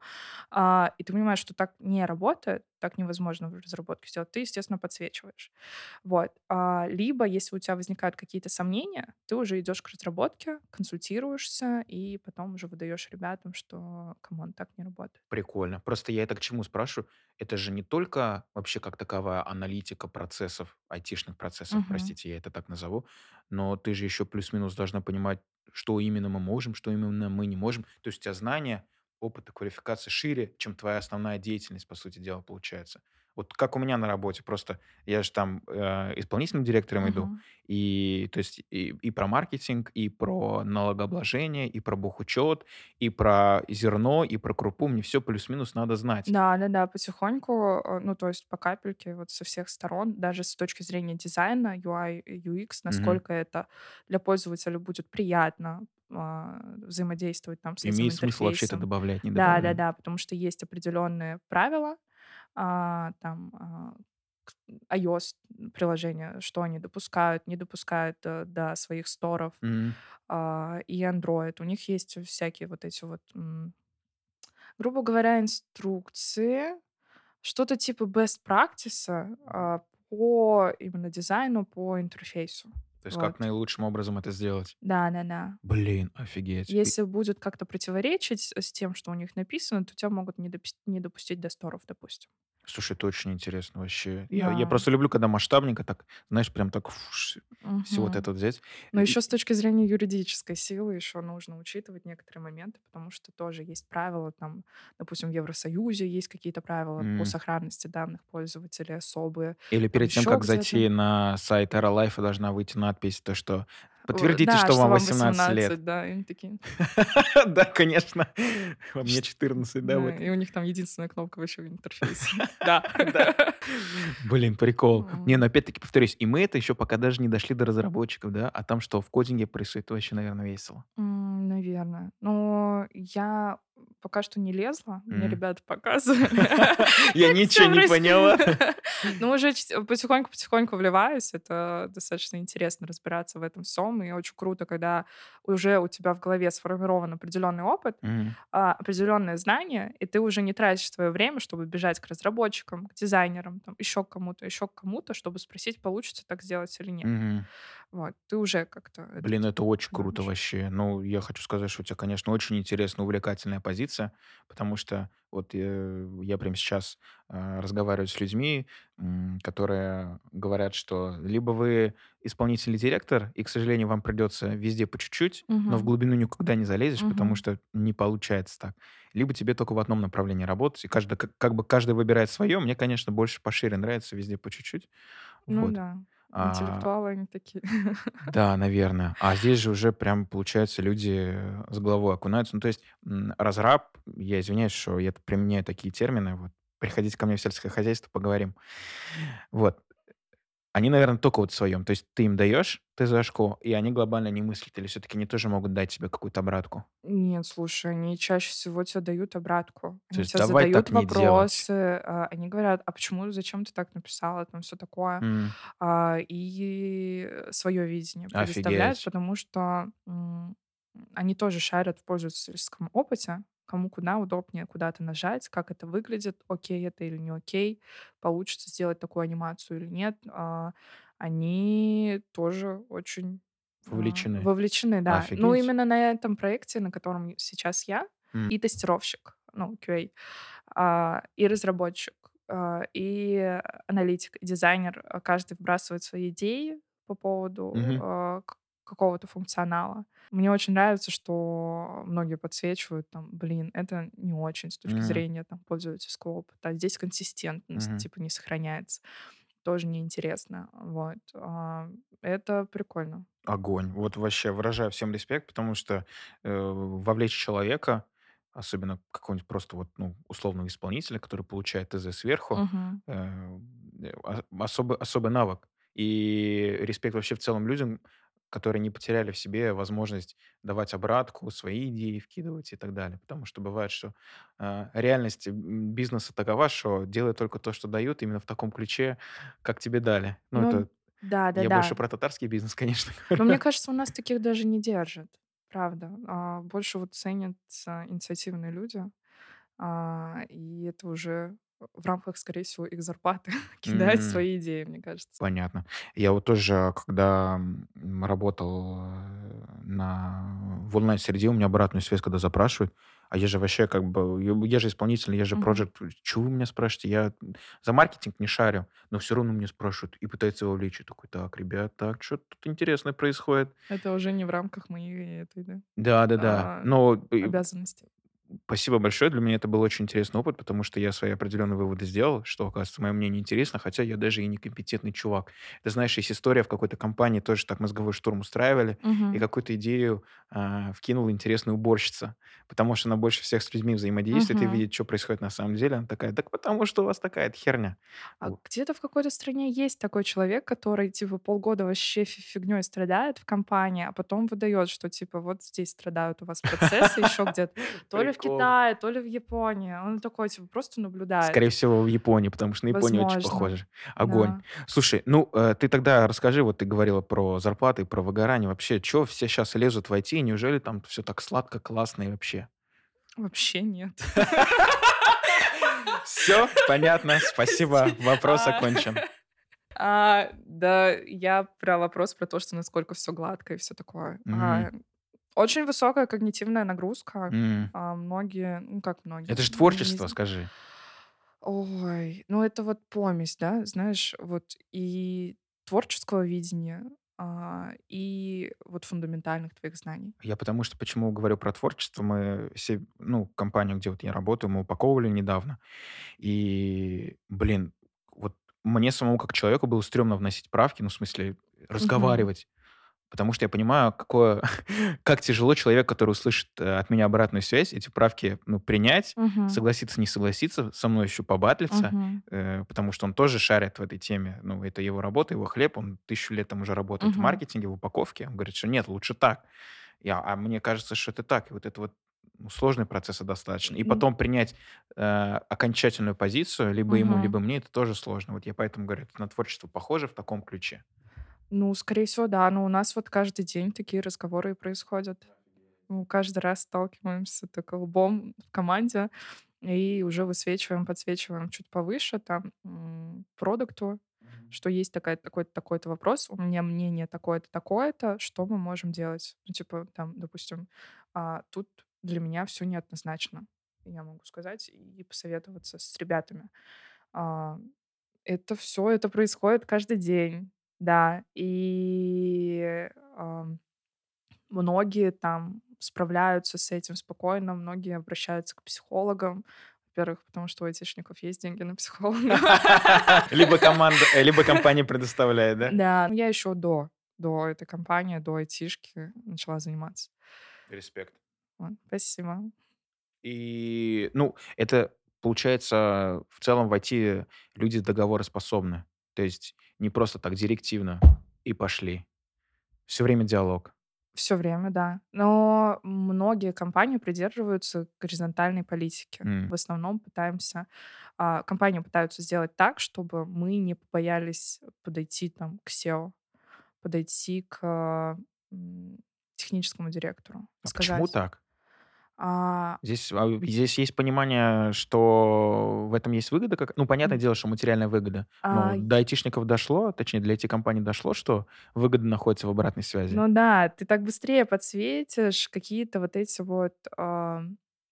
а, и ты понимаешь, что так не работает, так невозможно в разработке сделать, ты естественно подсвечиваешь. Вот. А, либо если у тебя возникают какие-то сомнения, ты уже идешь к разработке, консультируешься и потом уже выдаешь ребятам, что, камон, так не работает. Прикольно. Просто я это к чему спрашиваю? Это же не только вообще как таковая аналитика процессов, айтишных процессов, Мгм. простите, я это так назову, но ты же еще плюс-минус должна понимать, что именно мы можем, что именно мы не можем. То есть у тебя знания, опыт и квалификация шире, чем твоя основная деятельность, по сути дела, получается. Вот как у меня на работе, просто я же там э, исполнительным директором иду, Мгм. и, то есть, и, и про маркетинг, и про налогообложение, и про бухучет, и про зерно, и про крупу. Мне все плюс-минус надо знать. Да, да, да, потихоньку, э, ну, то есть по капельке вот со всех сторон, даже с точки зрения дизайна, UI, и UX, насколько это для пользователя будет приятно а, взаимодействовать там с этим Имеет смысл вообще это интерфейсом. добавлять, не Да, да, добавлять. да, потому что есть определенные правила, а, там а, к- iOS приложения, что они допускают, не допускают э, до своих сторов Мгм. а, и Android. У них есть всякие вот эти вот, м, грубо говоря, инструкции, что-то типа best practice а, по именно дизайну, по интерфейсу. То есть Вот. как наилучшим образом это сделать? Да, да, да. Блин, офигеть. И- Если будет как-то противоречить с тем, что у них написано, то тебя могут не, допис- не допустить до сторов, допустим. Слушай, это очень интересно вообще. Я, я Да. просто люблю, когда масштабненько так, знаешь, прям так фуш, все вот Мгм. это вот взять. Но И- еще с точки зрения юридической силы еще нужно учитывать некоторые моменты, потому что тоже есть правила, там, допустим, в Евросоюзе есть какие-то правила М. по сохранности данных пользователей особые. Или перед тем, ещё как где-то. зайти на сайт Aerolife, должна выйти надпись, то что подтвердите, Да, что, вам 18 лет. да, и они такие. Да, конечно. Во мне Что- 14, да, да, вот. И у них там единственная кнопка вообще в интерфейсе. Да. Блин, прикол. Не, Вот. но опять-таки повторюсь, и мы это еще пока даже не дошли до разработчиков, да, а там что в кодинге происходит, это вообще, наверное, весело. Наверное. Но я пока что не лезла. Мне Мгм. ребята показывали. Я Как ничего всё не поняла. происходит. Ну, уже чт- потихоньку-потихоньку вливаюсь. Это достаточно интересно разбираться в этом всем. И очень круто, когда уже у тебя в голове сформирован определенный опыт, Мгм. а, определенные знания, и ты уже не тратишь свое время, чтобы бежать к разработчикам, к дизайнерам, там, еще к кому-то, еще к кому-то, чтобы спросить, получится так сделать или нет. Мгм. Вот, ты уже как-то... это Блин, это очень круто знаешь. вообще. Ну, я хочу сказать, что у тебя, конечно, очень интересная, увлекательная позиция, потому что вот э, я прямо сейчас э, разговариваю с людьми, м, которые говорят, что либо вы исполнительный директор, и, к сожалению, вам придется везде по чуть-чуть, но в Мгм. глубину никогда не залезешь, потому Мгм. что не получается так. Либо тебе только в одном направлении работать, и каждый, как, как бы каждый выбирает свое. Мне, конечно, больше пошире нравится везде по чуть-чуть. Ну Вот. да, А, интеллектуалы они такие. да, наверное. А здесь же уже прям, получается, люди э, с головой окунаются. Ну, то есть м, разраб, я извиняюсь, что я т- применяю такие термины, вот, приходите ко мне в сельское хозяйство, поговорим. Вот. Они, наверное, только вот в своем. То есть ты им даешь, ты за школу, и они глобально не мыслят, или все-таки они тоже могут дать тебе какую-то обратку. Нет, слушай, они чаще всего тебе дают обратку. То Они есть тебе давай задают так не делать. вопросы, а, они говорят, а почему, зачем ты так написала, там все такое. М, а, и свое видение предоставляют, Офигеть. потому что м, они тоже шарят в пользовательском опыте, кому куда удобнее куда-то нажать, как это выглядит, окей это или не окей, получится сделать такую анимацию или нет. а, Они тоже очень а, Вовлечены. Вовлечены, да. Ну, Офигеть. именно на этом проекте, на котором сейчас я, М. и тестировщик, ну, QA, а, и разработчик, а, и аналитик, и дизайнер. А Каждый вбрасывает свои идеи по поводу Мгм. а, к- какого-то функционала. Мне очень нравится, что многие подсвечивают, там, блин, это не очень с точки Мгм. зрения там, пользовательского опыта. а Здесь консистентность, Мгм. типа, не сохраняется. Тоже неинтересно. Вот. А, Это прикольно. Огонь. Вот вообще выражаю всем респект, потому что э, вовлечь человека, особенно какого-нибудь просто вот, ну, условного исполнителя, который получает ТЗ сверху, Мгм. э, о- особый, особый навык. И респект вообще в целом людям, которые не потеряли в себе возможность давать обратку, свои идеи вкидывать и так далее. Потому что бывает, что э, реальность м, бизнеса такова, что делай только то, что дают, именно в таком ключе, как тебе дали. Ну, Ну, это да, да, я да. больше про татарский бизнес, конечно. Но говорю. мне кажется, у нас таких даже не держат. Правда. А, Больше вот ценятся инициативные люди. а, И это уже в рамках, скорее всего, их зарплаты кидать М. свои идеи, мне кажется. Понятно. Я вот тоже, когда м, работал э, на... в онлайн-среде, у меня обратную связь, когда запрашивают, а я же вообще как бы... Я я же исполнитель, я же Мгм. проект. Чего вы меня спрашиваете? Я за маркетинг не шарю, но все равно меня спрашивают и пытаются вовлечь. Я такой, так, ребят, так, что тут интересное происходит? Это уже не в рамках моей этой да, Да-да-да. а, Но э, обязанности. Спасибо большое. Для меня это был очень интересный опыт, потому что я свои определенные выводы сделал, что, оказывается, мое мнение интересно, хотя я даже и некомпетентный чувак. Ты знаешь, есть история в какой-то компании, тоже так мозговой штурм устраивали, и Мгм. какую-то идею а, вкинула интересная уборщица, потому что она больше всех с людьми взаимодействует и Мгм. видит, что происходит на самом деле. Она такая, так потому что у вас такая херня. А Вот. где-то в какой-то стране есть такой человек, который типа полгода вообще фигней страдает в компании, а потом выдает, что типа вот здесь страдают у вас процессы еще где-то. То ли в Прикол. Китае, то ли в Японии. Он такой типа просто наблюдает. Скорее всего, в Японии, потому что на Японию очень Возможно. похоже. Огонь. Да. Слушай, ну э, ты тогда расскажи, вот ты говорила про зарплаты, про выгорание. Вообще, что все сейчас лезут в IT? Неужели там все так сладко, классно и вообще? Вообще нет. Все понятно, спасибо, вопрос А, окончен. а, да, я про вопрос про то, что насколько все гладко и все такое. А, Очень высокая когнитивная нагрузка. М. А, Многие, ну как многие. Это же не творчество, знаю. скажи. Ой, ну это вот помесь, да, знаешь, вот и творческого видения, а, и вот фундаментальных твоих знаний. Я потому что почему говорю про творчество, мы все, ну, компанию, где вот я работаю, мы упаковывали недавно. И, блин, вот мне самому как человеку было стрёмно вносить правки, ну, в смысле, Мгм. разговаривать. Потому что я понимаю, какое, как тяжело человек, который услышит э, от меня обратную связь, эти правки ну, принять, Мгм. согласиться, не согласиться, со мной еще побатлиться, Мгм. э, потому что он тоже шарит в этой теме. Ну, это его работа, его хлеб, он тысячу лет там уже работает в Мгм. маркетинге, в упаковке. Он говорит, что нет, лучше так. Я, а мне кажется, что это так. И вот это вот ну, сложный процесс и достаточно. И М, потом принять э, окончательную позицию, либо ему, мгм. либо мне, это тоже сложно. Вот я поэтому говорю, это на творчество похоже в таком ключе. Ну, скорее всего, да. Но у нас вот каждый день такие разговоры и происходят. Мы каждый раз сталкиваемся так лбом в команде и уже высвечиваем, подсвечиваем чуть повыше там м, продукту, что есть такая, такой-то, такой-то вопрос, у меня мнение такое-то, такое-то, что мы можем делать? Ну, типа, там, допустим, а, тут для меня все неоднозначно, я могу сказать, и посоветоваться с ребятами. А, это все, это происходит каждый день, да, и ам, многие там справляются с этим спокойно, многие обращаются к психологам, во-первых, потому что у айтишников есть деньги на психолога. Либо команда, э, либо компания предоставляет, да? Да, ну, я еще до, до этой компании, до айтишки начала заниматься. Респект. Вот, спасибо. И, ну, это получается, в целом в IT люди договороспособны. То есть не просто так директивно и пошли. Все время диалог. Все время, да. Но многие компании придерживаются горизонтальной политики. М. В основном пытаемся, а, компании пытаются сделать так, чтобы мы не побоялись подойти там к SEO, подойти к м, техническому директору. А сказать, почему так? «А, Здесь, а, здесь есть понимание, что в этом есть выгода? Как... Ну, понятное дело, что материальная выгода. а, Но до айтишников дошло, точнее, для IT-компаний дошло, что выгода находится в обратной связи. Ну да, ты так быстрее подсветишь какие-то вот эти вот а,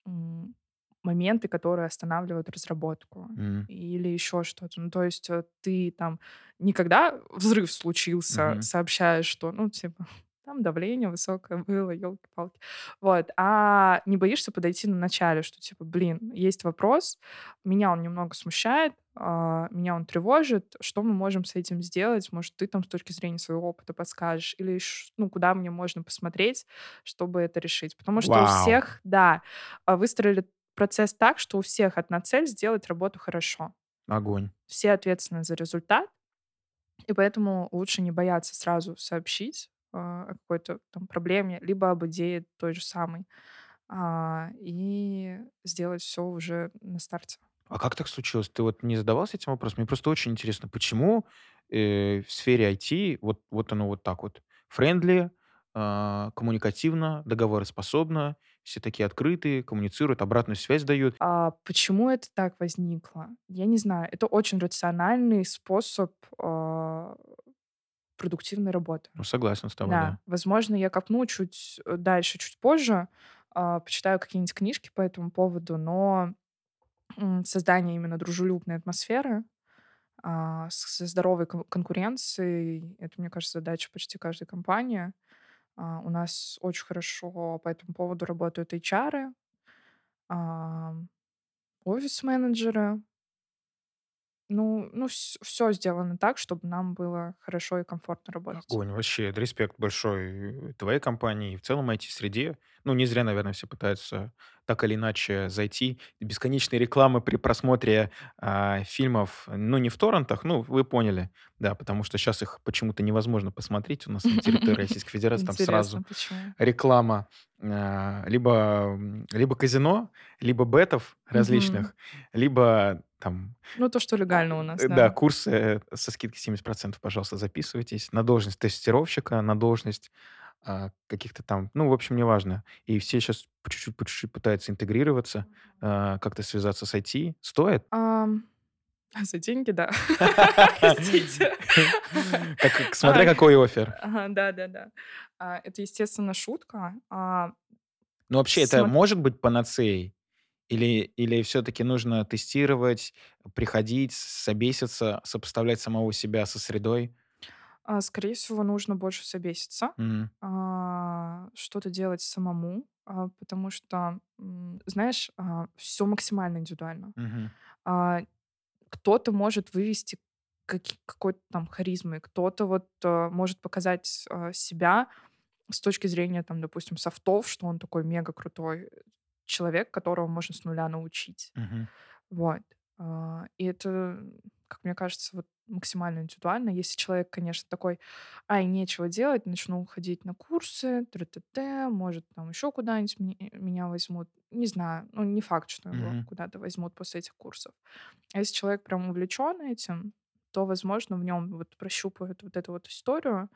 м, моменты, которые останавливают разработку М. или еще что-то. Ну, то есть э, ты там никогда взрыв случился, Мгм. сообщаешь, что, ну, типа, там давление высокое было, елки-палки. Вот. А не боишься подойти на начале, что, типа, блин, есть вопрос, меня он немного смущает, а, меня он тревожит, что мы можем с этим сделать? Может, ты там с точки зрения своего опыта подскажешь? Или, ш- ну, куда мне можно посмотреть, чтобы это решить? Потому что у Вау. всех, да, а, выстроили процесс так, что у всех одна цель сделать работу хорошо. Огонь. Все ответственны за результат, и поэтому лучше не бояться сразу сообщить а, о какой-то там проблеме, либо об идее той же самой, а, и сделать все уже на старте. А как так случилось? Ты вот не задавался этим вопросом? Мне просто очень интересно, почему э, в сфере IT вот, вот оно вот так вот. Френдли, а, коммуникативно, договороспособно, все такие открытые, коммуницируют, обратную связь дают. А, почему это так возникло? Я не знаю. Это очень рациональный способ а, продуктивной работы. Ну, согласен с тобой, Да. да. Возможно, я копну чуть э, дальше, чуть позже, а, почитаю какие-нибудь книжки по этому поводу, но м, создание именно дружелюбной атмосферы а, с- со здоровой кон- конкуренцией, это, мне кажется, задача почти каждой компании. А, У нас очень хорошо по этому поводу работают а, HR, офис-менеджеры. Ну, ну все сделано так, чтобы нам было хорошо и комфортно работать. Огонь, ну, вообще, это респект большой э, твоей компании и в целом IT-среде. Ну, не зря, наверное, все пытаются так или иначе зайти. Бесконечные рекламы при просмотре а, фильмов, ну, не в торрентах, ну, вы поняли, да, потому что сейчас их почему-то невозможно посмотреть у нас на территории Российской Федерации, там сразу Интересно, почему? реклама а, либо, м, либо казино, либо бетов различных, либо там Ну, то, что легально у нас, Э, да. Да, курсы э, со скидкой 70%, пожалуйста, записывайтесь. На должность тестировщика, на должность а, каких-то там, ну, в общем, неважно. И все сейчас по чуть-чуть, по чуть-чуть пытаются интегрироваться, а, как-то связаться с IT. Стоит? Ам, а за деньги, да. Простите. Как- э, Смотря А, какой офер. ага, Да, да, да. А, Это, естественно, шутка. А, Ну, вообще, это Смотр- может быть панацеей? Или, или все-таки нужно тестировать, приходить, собеситься, сопоставлять самого себя со средой? а, Скорее всего, нужно больше собеситься, М, а, что-то делать самому, а, потому что, м, знаешь, все максимально индивидуально. мгм. а, кто-то может вывести каки- какой-то там харизмы, кто-то вот а, может показать а, себя с точки зрения, там, допустим, софтов, что он такой мега крутой человек, которого можно с нуля научить. Мгм. Вот. А, И это, как мне кажется, вот максимально индивидуально. Если человек, конечно, такой, ай, нечего делать, начну ходить на курсы, т может, там еще куда-нибудь мне- э, меня возьмут. Не знаю, ну, не факт, что его Мгм. куда-то возьмут после этих курсов. А если человек прям увлечен этим, то, возможно, в нем вот прощупают вот эту вот историю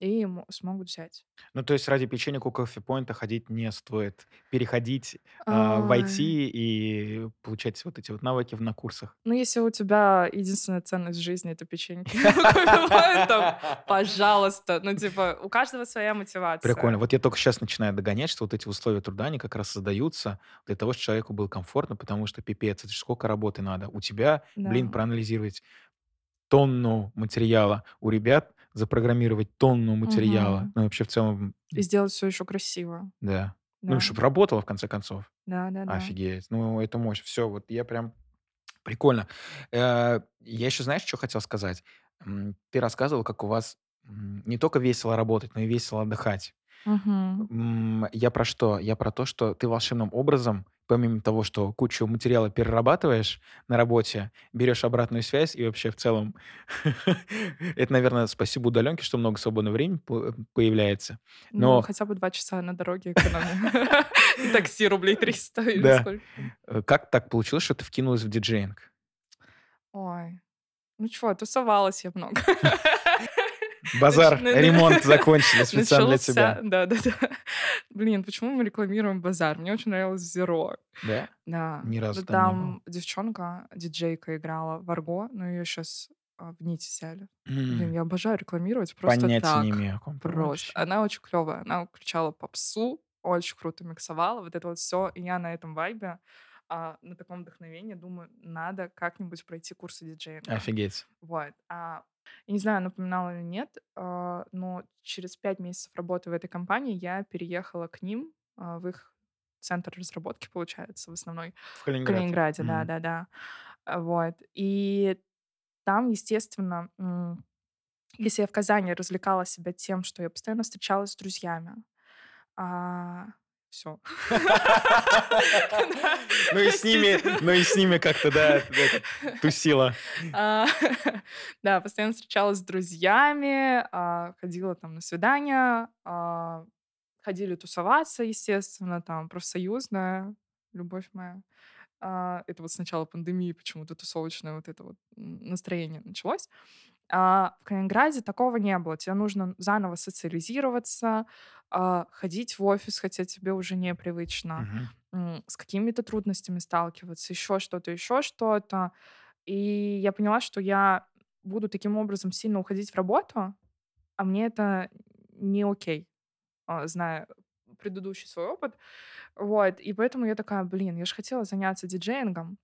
и ему смогут взять. Ну, то есть ради печенья у кофе-поинта ходить не стоит. Переходить а, в Ай. IT и получать вот эти вот навыки в- на курсах. Ну, если у тебя единственная ценность в жизни — это печеньки, там, пожалуйста. Ну, типа, у каждого своя мотивация. Прикольно. Вот я только сейчас начинаю догонять, что вот эти условия труда, они как раз создаются для того, чтобы человеку было комфортно, потому что пипец, это ж сколько работы надо. У тебя, блин, Да. проанализировать тонну материала. У ребят запрограммировать тонну материала. Мгм. Ну, и вообще в целом, И сделать все еще красиво. да. Да, Ну, чтобы работало, в конце концов. да, да. да. Офигеть. Ну, это мощь. Все, вот я прям... Прикольно. Э, Я еще, знаешь, что хотел сказать? М, Ты рассказывал, как у вас м, не только весело работать, но и весело отдыхать. Мгм. М, Я про что? Я про то, что ты волшебным образом помимо того, что кучу материала перерабатываешь на работе, берешь обратную связь и вообще в целом... Это, наверное, спасибо удаленке, что много свободного времени по- появляется. Ну, Но- хотя бы два часа на дороге экономим. И Такси рублей 300 или Да. сколько. Э, Как так получилось, что ты вкинулась в диджеинг? Ой. Ну чего, тусовалась я много. Базар, Начина- ремонт закончили специально для Начался- тебя. Да, да, да. Блин, почему мы рекламируем базар? Мне очень нравилось Зеро. Да? Да. Ни разу Ну, там не Там девчонка, диджейка играла в арго, Ну, но ее сейчас а, в нити взяли. Блин, М, я обожаю рекламировать просто Понятия так. не имею. о ком ты Просто. вообще. Она очень клевая. Она включала попсу, очень круто миксовала. Вот это вот все. И я на этом вайбе, а, на таком вдохновении думаю, надо как-нибудь пройти курсы диджеинга. Офигеть. Вот. А, я не знаю, напоминала или нет, а, но через пять месяцев работы в этой компании я переехала к ним, а, в их центр разработки, получается, в основной. В В Калининграде. Калининграде, Мгм. да-да-да. Вот. И там, естественно, м, если я в Казани развлекала себя тем, что я постоянно встречалась с друзьями, а, все. Ну и с ними, ну и с ними как-то, да, это, тусила. А, Да, постоянно встречалась с друзьями, а, ходила там на свидания, а, ходили тусоваться, естественно, там профсоюзная, любовь моя. А, Это вот с начала пандемии почему-то тусовочное вот это вот м, настроение началось. А в Калининграде такого не было. Тебе нужно заново социализироваться, а, ходить в офис, хотя тебе уже непривычно Мгм. м, с какими-то трудностями сталкиваться, еще что-то, еще что-то. И я поняла, что я буду таким образом сильно уходить в работу, а мне это не окей, а, зная предыдущий свой опыт. Вот, и поэтому я такая, блин, я же хотела заняться диджеингом.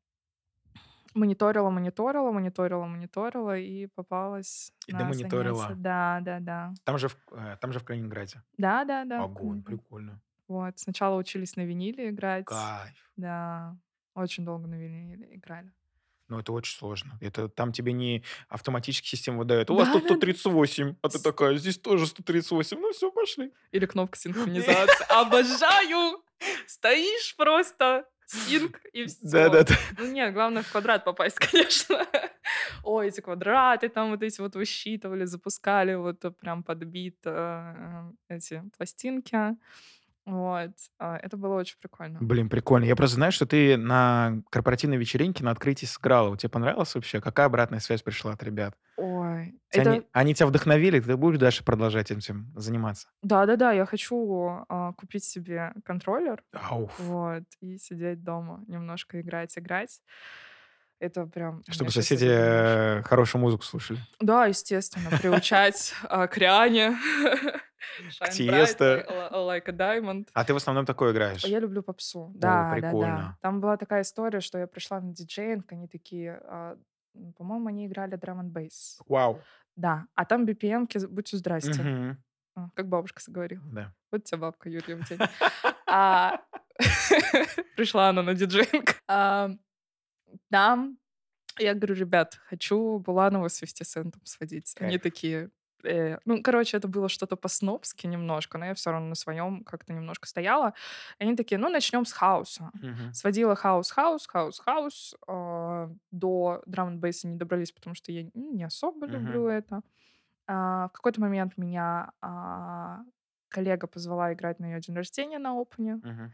Мониторила, мониторила, мониторила, мониторила и попалась И на домониторила. заняться. Да, да, да. Там же, в, э, там же в Калининграде. Да, да, да. Огонь, Мгм. прикольно. Вот, сначала учились на виниле играть. Кайф. Да, очень долго на виниле играли. Ну, это очень сложно. Это там тебе не автоматически система выдает. У вас тут Да-да-да. 138, а ты такая, здесь тоже 138. Ну все, пошли. Или кнопка синхронизации. Обожаю! Стоишь просто, синк и все. Да-да-да. Ну нет, главное в квадрат попасть, конечно. Ой, эти квадраты там вот эти вот высчитывали, запускали вот э, прям под бит э, э, эти пластинки. Вот. А, Это было очень прикольно. Блин, прикольно. Я просто знаю, что ты на корпоративной вечеринке на открытии сыграла. Тебе понравилось вообще? Какая обратная связь пришла от ребят? Ой. Тебя это- Они, они тебя вдохновили, ты будешь дальше продолжать этим заниматься? Да-да-да, я хочу а, купить себе контроллер, Ауф. Вот, и сидеть дома, немножко играть, играть. Это прям... у меня Чтобы щас соседи это немножко- э, хорошую музыку слушали. Да, естественно, приучать а, к Риане. Shine Тиесто. brightly, li- Like a diamond. А ты в основном такое играешь? Я люблю попсу. Да, да, да. прикольно. Там была такая история, что я пришла на диджеинг, они такие... а, м, По-моему, они играли drum and bass. Вау. Да. А там BPM-ки, будьте здрасте. Мгм. А, Как бабушка заговорила. Да. Вот тебя бабка Юрьев день. А, Пришла она на диджейнг. А, Там я говорю, ребят, хочу Буланова с 50 Центом сводить. Они Кайф. такие, «Э, ну, короче, это было что-то по-снобски немножко, но я все равно на своем как-то немножко стояла. Они такие, ну, начнем с хаоса. Мгм. Сводила хаус, хаус, хаус, хаус. а, До драм н бейса не добрались, потому что я н- не особо Мгм. люблю это. А, В какой-то момент меня а, коллега позвала играть на ее день рождения на опене. Мгм.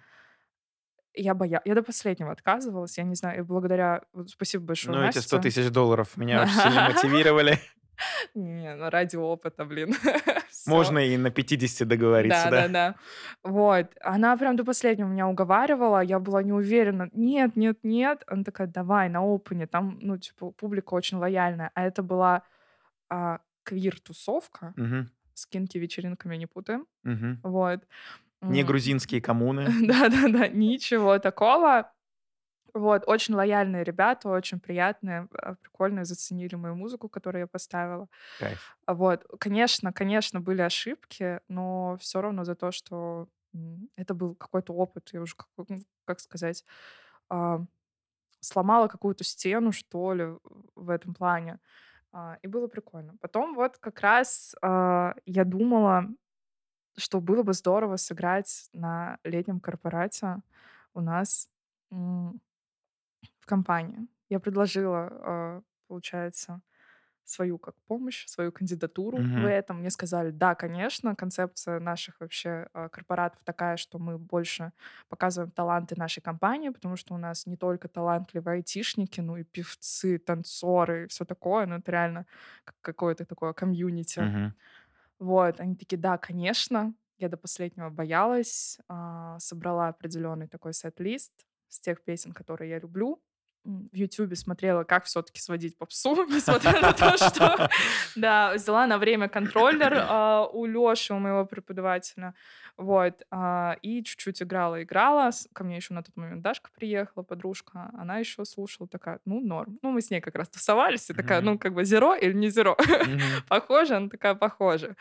Я боялась. Я до последнего отказывалась. Я не знаю, и благодаря... вот Спасибо большое, Ну, эти 100 Насте. тысяч долларов меня очень сильно мотивировали. Не, ну, ради опыта, блин. Всё. Можно и на 50 договориться, Да, да? да, да. Вот. Она прям до последнего меня уговаривала. Я была не уверена. Нет, нет, нет. Она такая, давай, на опене. Там, ну, типа, публика очень лояльная. А это была а, квир-тусовка. Мгм. Скинки вечеринками не путаем. Мгм. Вот. Не М. грузинские коммуны. Да-да-да, ничего такого. Вот, очень лояльные ребята, очень приятные, а, прикольные, заценили мою музыку, которую я поставила. Кайф. А Вот, конечно, конечно, были ошибки, но все равно за то, что м, это был какой-то опыт, я уже, как, ну, как сказать, а, сломала какую-то стену, что ли, в этом плане. А, И было прикольно. Потом вот как раз а, я думала, что было бы здорово сыграть на летнем корпорате у нас м, в компанию. Я предложила, э, получается, свою как помощь, свою кандидатуру в Мгм. этом. Мне сказали, да, конечно, концепция наших вообще э, корпоратов такая, что мы больше показываем таланты нашей компании, потому что у нас не только талантливые айтишники, но и певцы, танцоры и все такое. Ну, это реально как какое-то такое комьюнити. Мгм. Вот, они такие, да, конечно. Я до последнего боялась, а, собрала определенный такой сет-лист с тех песен, которые я люблю. М, В Ютубе смотрела, как все-таки сводить попсу, несмотря на то, что... Да, взяла на время контроллер а, у Лёши, у моего преподавателя. Вот. а, И чуть-чуть играла, играла. С- Ко мне еще на тот момент Дашка приехала, подружка. Она еще слушала, такая, ну, норм. Ну, мы с ней как раз тусовались, и такая, Мгм. ну, как бы зеро или не зеро Мгм. похоже, она такая похожа.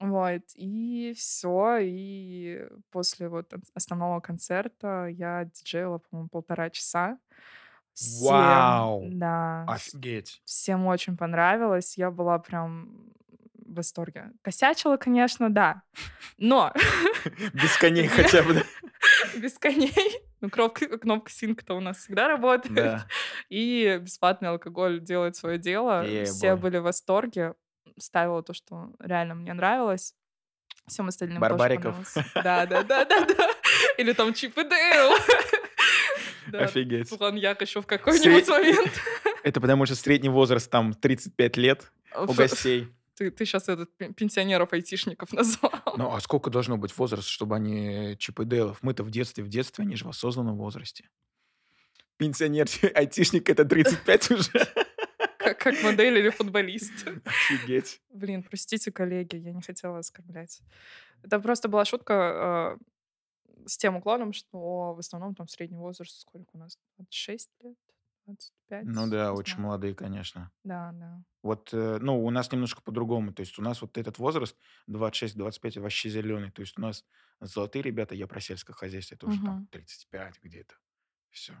Вот, и все. И после вот ос- основного концерта я диджеила, по-моему, полтора часа. Всем, Вау! А да, вс- Офигеть. всем очень понравилось. Я была прям в восторге. Косячила, конечно, да, но Без коней хотя бы. да? без коней. Ну, кнопка, кнопка синка-то у нас всегда работает. Да. И бесплатный алкоголь делает свое дело. Все Е-бой. были в восторге. Ставила то, что реально мне нравилось. Всем остальным Барбариков. тоже понравилось. Да, да, да, да, да. Или там Чип и Дейл. Да, Офигеть. Слоньяк еще в какой-нибудь Средь- момент. Это потому что средний возраст там 35 лет у гостей. Ты, ты сейчас этот пен- пенсионеров-айтишников назвал. Ну а сколько должно быть возраст, чтобы они Чип и Дейлов? Мы-то в детстве, в детстве, они же в осознанном возрасте. Пенсионер, айтишник, это 35 уже. Как, как модель или футболист. Офигеть. Блин, простите, коллеги, я не хотела оскорблять. Это просто была шутка э, с тем уклоном, что в основном там средний возраст, сколько у нас? 26 лет? 25? Ну да, Не очень знаю. молодые, конечно. Да, да. Вот, э, ну, у нас немножко по-другому. То есть у нас вот этот возраст 26-25 вообще зеленый. То есть у нас золотые ребята, я про сельское хозяйство, это уже Мгм. там 35 где-то. Все.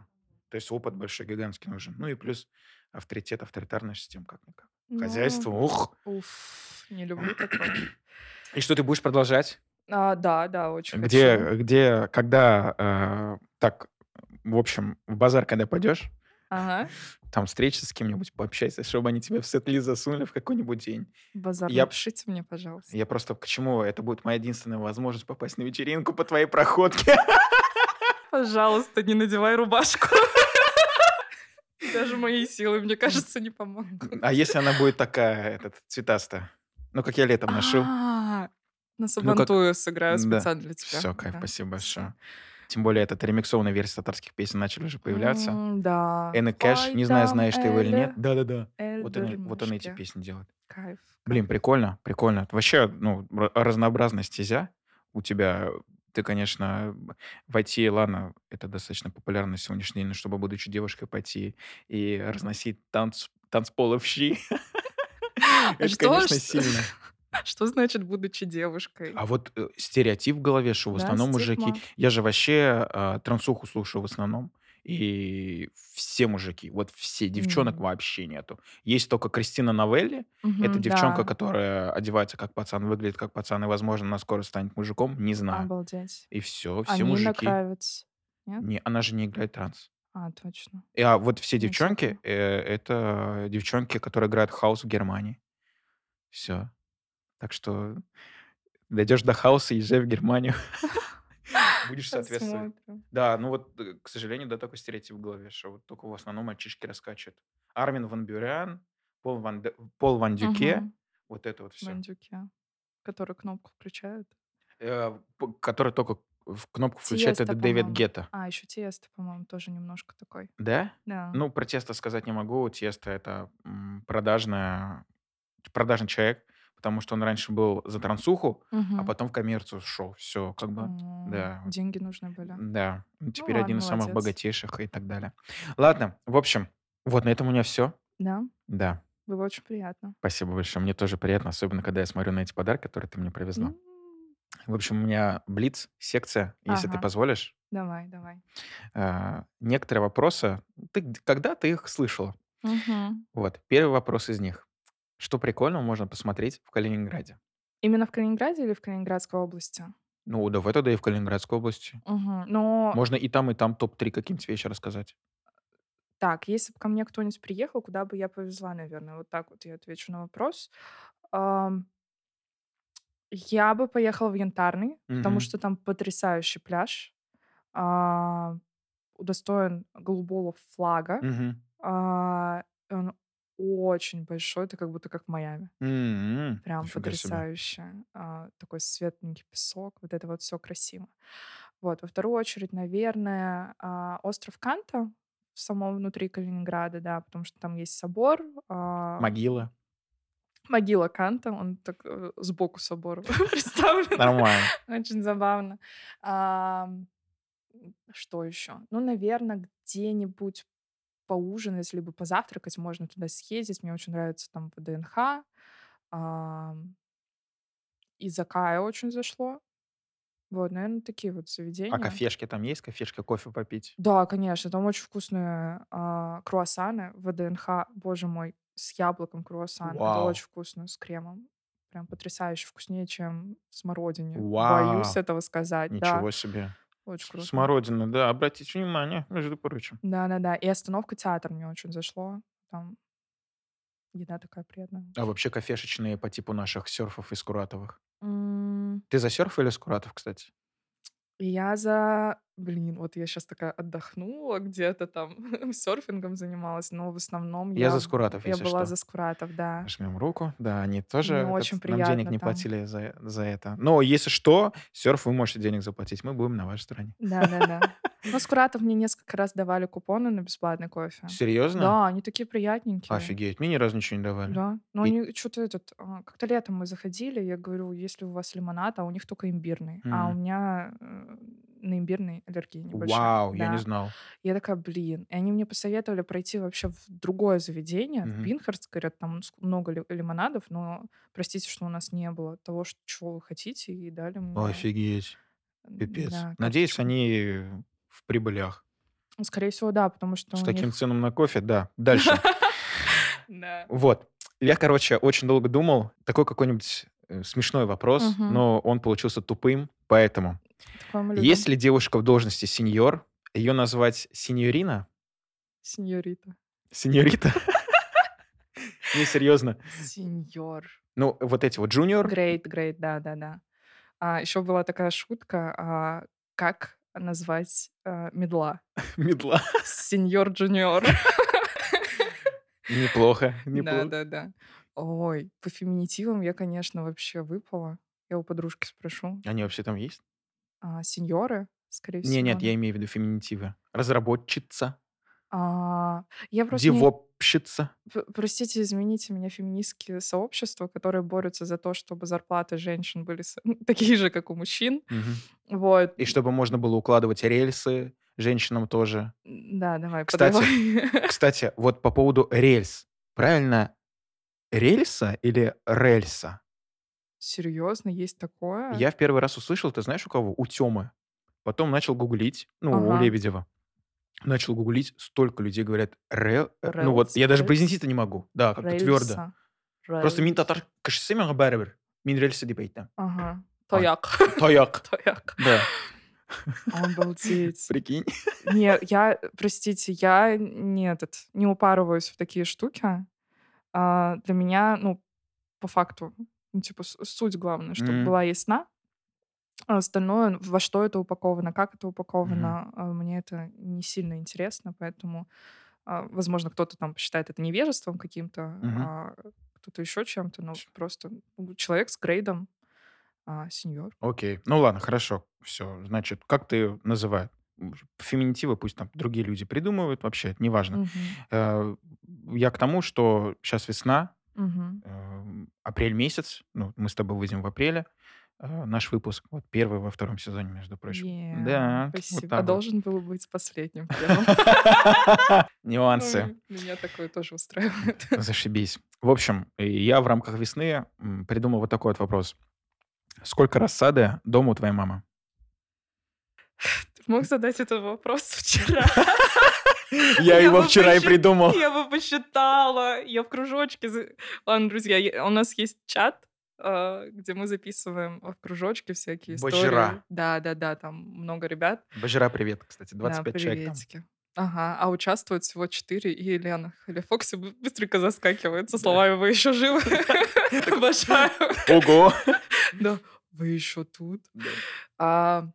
То есть опыт большой, гигантский нужен. Ну и плюс авторитет, авторитарная система, как-никак. Ну, Хозяйство, ух! Уф, не люблю такое. И что ты будешь продолжать? А, да, да, очень хочу. Где, э, где, когда, э, так, в общем, в базар, когда пойдешь, Ага. там встреча с кем-нибудь, пообщайся, чтобы они тебя в сет-лист засунули в какой-нибудь день. Базар, Я- напишите мне, пожалуйста. Я просто к чему? Это будет моя единственная возможность попасть на вечеринку по твоей проходке. Пожалуйста, не надевай рубашку. Даже мои силы, мне кажется, не помогут. А если она будет такая, этот, цветастая? Ну, как я летом ношу. А, На Ну, как- сабантую сыграю Да. специально для тебя. Все, кайф, Да. спасибо всё. большое. Тем более, этот ремиксованная версия татарских песен начали уже появляться. М, Да. Энн и Кэш, Ой, не знаю, там знаешь ты его или нет. эле- Да-да-да. Вот он, и- вот он и эти эльдермышки. песни делает. Кайф. Блин, прикольно, прикольно. Вообще, ну, р- разнообразная стезя у тебя. Ты, конечно, в IT, ладно, это достаточно популярно на сегодняшний день, но чтобы, будучи девушкой, пойти и разносить танц, танцполы в щи, это, А что конечно, ж- сильно. Что значит, будучи девушкой? А вот э, стереотип в голове, что в Да, основном мужики... стигма. Я же вообще э, трансуху слушаю в основном. И все мужики, вот все, девчонок М. вообще нету. Есть только Кристина Новелли, Мгм, это девчонка, да. которая одевается как пацан, выглядит как пацан, и, возможно, она скоро станет мужиком, не знаю. Обалдеть. И все, все А Они мужики. нравятся. Нет? Не, она же не играет транс. А, точно. И, а вот все Не девчонки, всегда. э, это девчонки, которые играют хаос в Германии. Все. Так что дойдешь до хаоса, езжай в Германию. Будешь соответствовать. Посмотрим. Да, ну вот, э, к сожалению, да, такой стереотип в голове, что вот только в основном мальчишки раскачивают. Армин Ван Бюрен, Пол Ван, Д- Пол Ван Дюке, Мгм, вот это вот все. Бандюке. Которые кнопку включают. э, п- который только в кнопку включает, Тиесто, это Дэвид по-моему. Гетта. А, еще Тесто, по-моему, тоже немножко такой. Да? Да. Ну, про тесто сказать не могу. Тесто — это м, продажная, продажный человек, потому что он раньше был за трансуху, а Мгм. потом в коммерцию шел. Все, как бы... М, да, вот. Деньги нужны были. Да. Ну, Теперь ладно, один из самых молодец. богатейших и так далее. Ладно, в общем, вот на этом у меня все. Да, Да, было очень приятно. спасибо большое. Мне тоже приятно, особенно когда я смотрю на эти подарки, которые ты мне привезла. М, В общем, у меня блиц, секция, если ты Ага. позволишь. Давай, давай. а, некоторые вопросы. Ты г- когда ты их слышала? Мгм. Вот, первый вопрос из них. Что прикольного можно посмотреть в Калининграде? Именно в Калининграде или в Калининградской области? Ну, да, в это, да и в Калининградской области. Мгм. Но Можно и там, и там топ-3 какие-нибудь вещи рассказать. Так, если бы ко мне кто-нибудь приехал, куда бы я повезла, наверное? Вот так вот я отвечу на вопрос. Ам, Я бы поехала в Янтарный, потому Мгм. что там потрясающий пляж. а, Удостоен голубого флага. Мгм. а, и Он очень большой, это как будто как в Майами. М, Прям М-м-м. нифига себе. потрясающе. А, Такой светленький песок, вот это вот все красиво. Вот, во вторую очередь, наверное, а, остров Канта в самом внутри Калининграда, да, потому что там есть собор, а, Могила. могила Канта, он так э, сбоку собора представлен. Нормально. А Очень забавно. А, Что еще? Ну, наверное, где-нибудь поужинать, либо позавтракать можно туда съездить. Мне очень нравится там ВДНХ. а, Изакая очень зашло. Вот, наверное, такие вот заведения. А кафешки там есть? Кафешка, кофе попить? Да, конечно, там очень вкусные а, круассаны в ВДНХ, боже мой, с яблоком круассан. Это Вау. очень вкусно, с кремом. Прям потрясающе, вкуснее, чем в смородине. Вау. Боюсь этого сказать. Ничего себе. Да, очень С- круто. Смородина, да, обратите внимание, между прочим. Да-да-да, и остановка театр мне очень зашло. Там еда такая приятная. А вообще кафешечные по типу наших серфов и скуратовых. М, Ты за серф или скуратов, кстати? и Я за... Блин, вот я сейчас такая отдохнула где-то там, серфингом занималась, но в основном я... Я, за б- скуратов, Я если была что. за Скуратов, да. Жмем руку. Да, они тоже Мне этот, Ну, очень нам приятно денег не там. платили за, за это. Но если что, серф вы можете денег заплатить. Мы будем на вашей стороне. Да, да, да. Ну, с Куратов мне несколько раз давали купоны на бесплатный кофе. Серьезно? Да, они такие приятненькие. Офигеть, мне ни разу ничего не давали. Да. Но И- они что-то этот... а, Как-то летом мы заходили, я говорю, если у вас лимонад, а у них только имбирный. А у Мгм. меня э, на имбирный аллергия небольшая. Вау, я Да. не знал. Я такая, блин. И они мне посоветовали пройти вообще в другое заведение, в Мгм. Пинхерст, говорят, там ск- много ли- лимонадов, но простите, что у нас не было того, ш- чего вы хотите, и дали мне... Офигеть, м, пипец. да, Надеюсь, карточку. они в прибылях. Ну, Скорее всего, да, потому что С у таким них... ценам на кофе, да. Дальше. Да. Вот. Я, короче, очень долго думал. Такой какой-нибудь э, смешной вопрос, Мгм. но он получился тупым. Поэтому, Такое мы любим. если девушка в должности сеньор, ее назвать сеньорина? Сеньорита. Сеньорита? Не, серьезно. Сеньор. Ну, вот эти вот джуниор. Грейт, грейт, да-да-да. еще была такая шутка, а, как назвать а, медла? Медла. Сеньор джуниор. Неплохо. неплохо. Да-да-да. Ой, по феминитивам я, конечно, вообще выпала. Я у подружки спрошу. Они вообще там есть? А, сеньоры, скорее всего. Не, нет, я да? имею в виду феминитивы. Разработчица, А, я просто не- девопщица. П- Простите, извините меня, феминистские сообщества, которые борются за то, чтобы зарплаты женщин были с- такие же, как у мужчин. Мгм. Вот. И чтобы можно было укладывать рельсы женщинам тоже. М, Да, давай, Кстати, подавай. Кстати, вот по поводу рельс. Правильно, рельса или рельса? Серьезно, есть такое? Я в первый раз услышал, ты знаешь у кого? У Темы. Потом начал гуглить, ну, у Ага. Лебедева. Начал гуглить, столько людей говорят «рел». э, Ну вот, Релс, я даже рельс. произнести-то не могу. Да, как-то твердо. Рельса. Просто мин Рельс. татар кашсемен габарбер. Мин рельсы дебейтем. Ага. А. Тояк. Таяк. Тояк. Да, Обалдеть. прикинь. Не, я, простите, я не этот, не упарываюсь в такие штуки. А, для меня, ну, по факту, ну, типа, с- суть главное, чтобы Мгм. была ясна. А остальное, во что это упаковано, как это упаковано, а, мне это не сильно интересно, поэтому, а, возможно, кто-то там посчитает это невежеством каким-то, Мгм. а, кто-то еще чем-то, но просто ну, человек с грейдом, а, сеньор. Окей, ну ладно, хорошо, все. Значит, как ты её называют? М, Феминитивы пусть там другие люди придумывают, вообще, неважно. Мгм. Э, Я к тому, что сейчас весна, Мгм. э, апрель месяц, ну, мы с тобой выйдем в апреле, э, наш выпуск, вот первый во втором сезоне, между прочим. Е, Да, типа вот спасибо. так а вот. должен был быть последним. первым. Нюансы. Ну, Меня такое тоже устраивает. Зашибись. В общем, и я в рамках весны м, придумал вот такой вот вопрос. Сколько рассады дома у твоей мамы? Ты мог задать этот вопрос вчера? Я его бы вчера и посчит- придумал. Я бы посчитала. Я в кружочке... за- Ладно, друзья, е- у нас есть чат. э, где мы записываем в кружочки всякие истории. Бажира. Да, да, да, там много ребят. Бажира, привет, кстати, Да, 25 человек там. приветики. Ага, а участвуют всего четыре, и Елена Халифокси бы- быстренько заскакивает со словами «Вы еще живы?» Обожаю. Ого! Да, «Вы еще тут?» Да. А,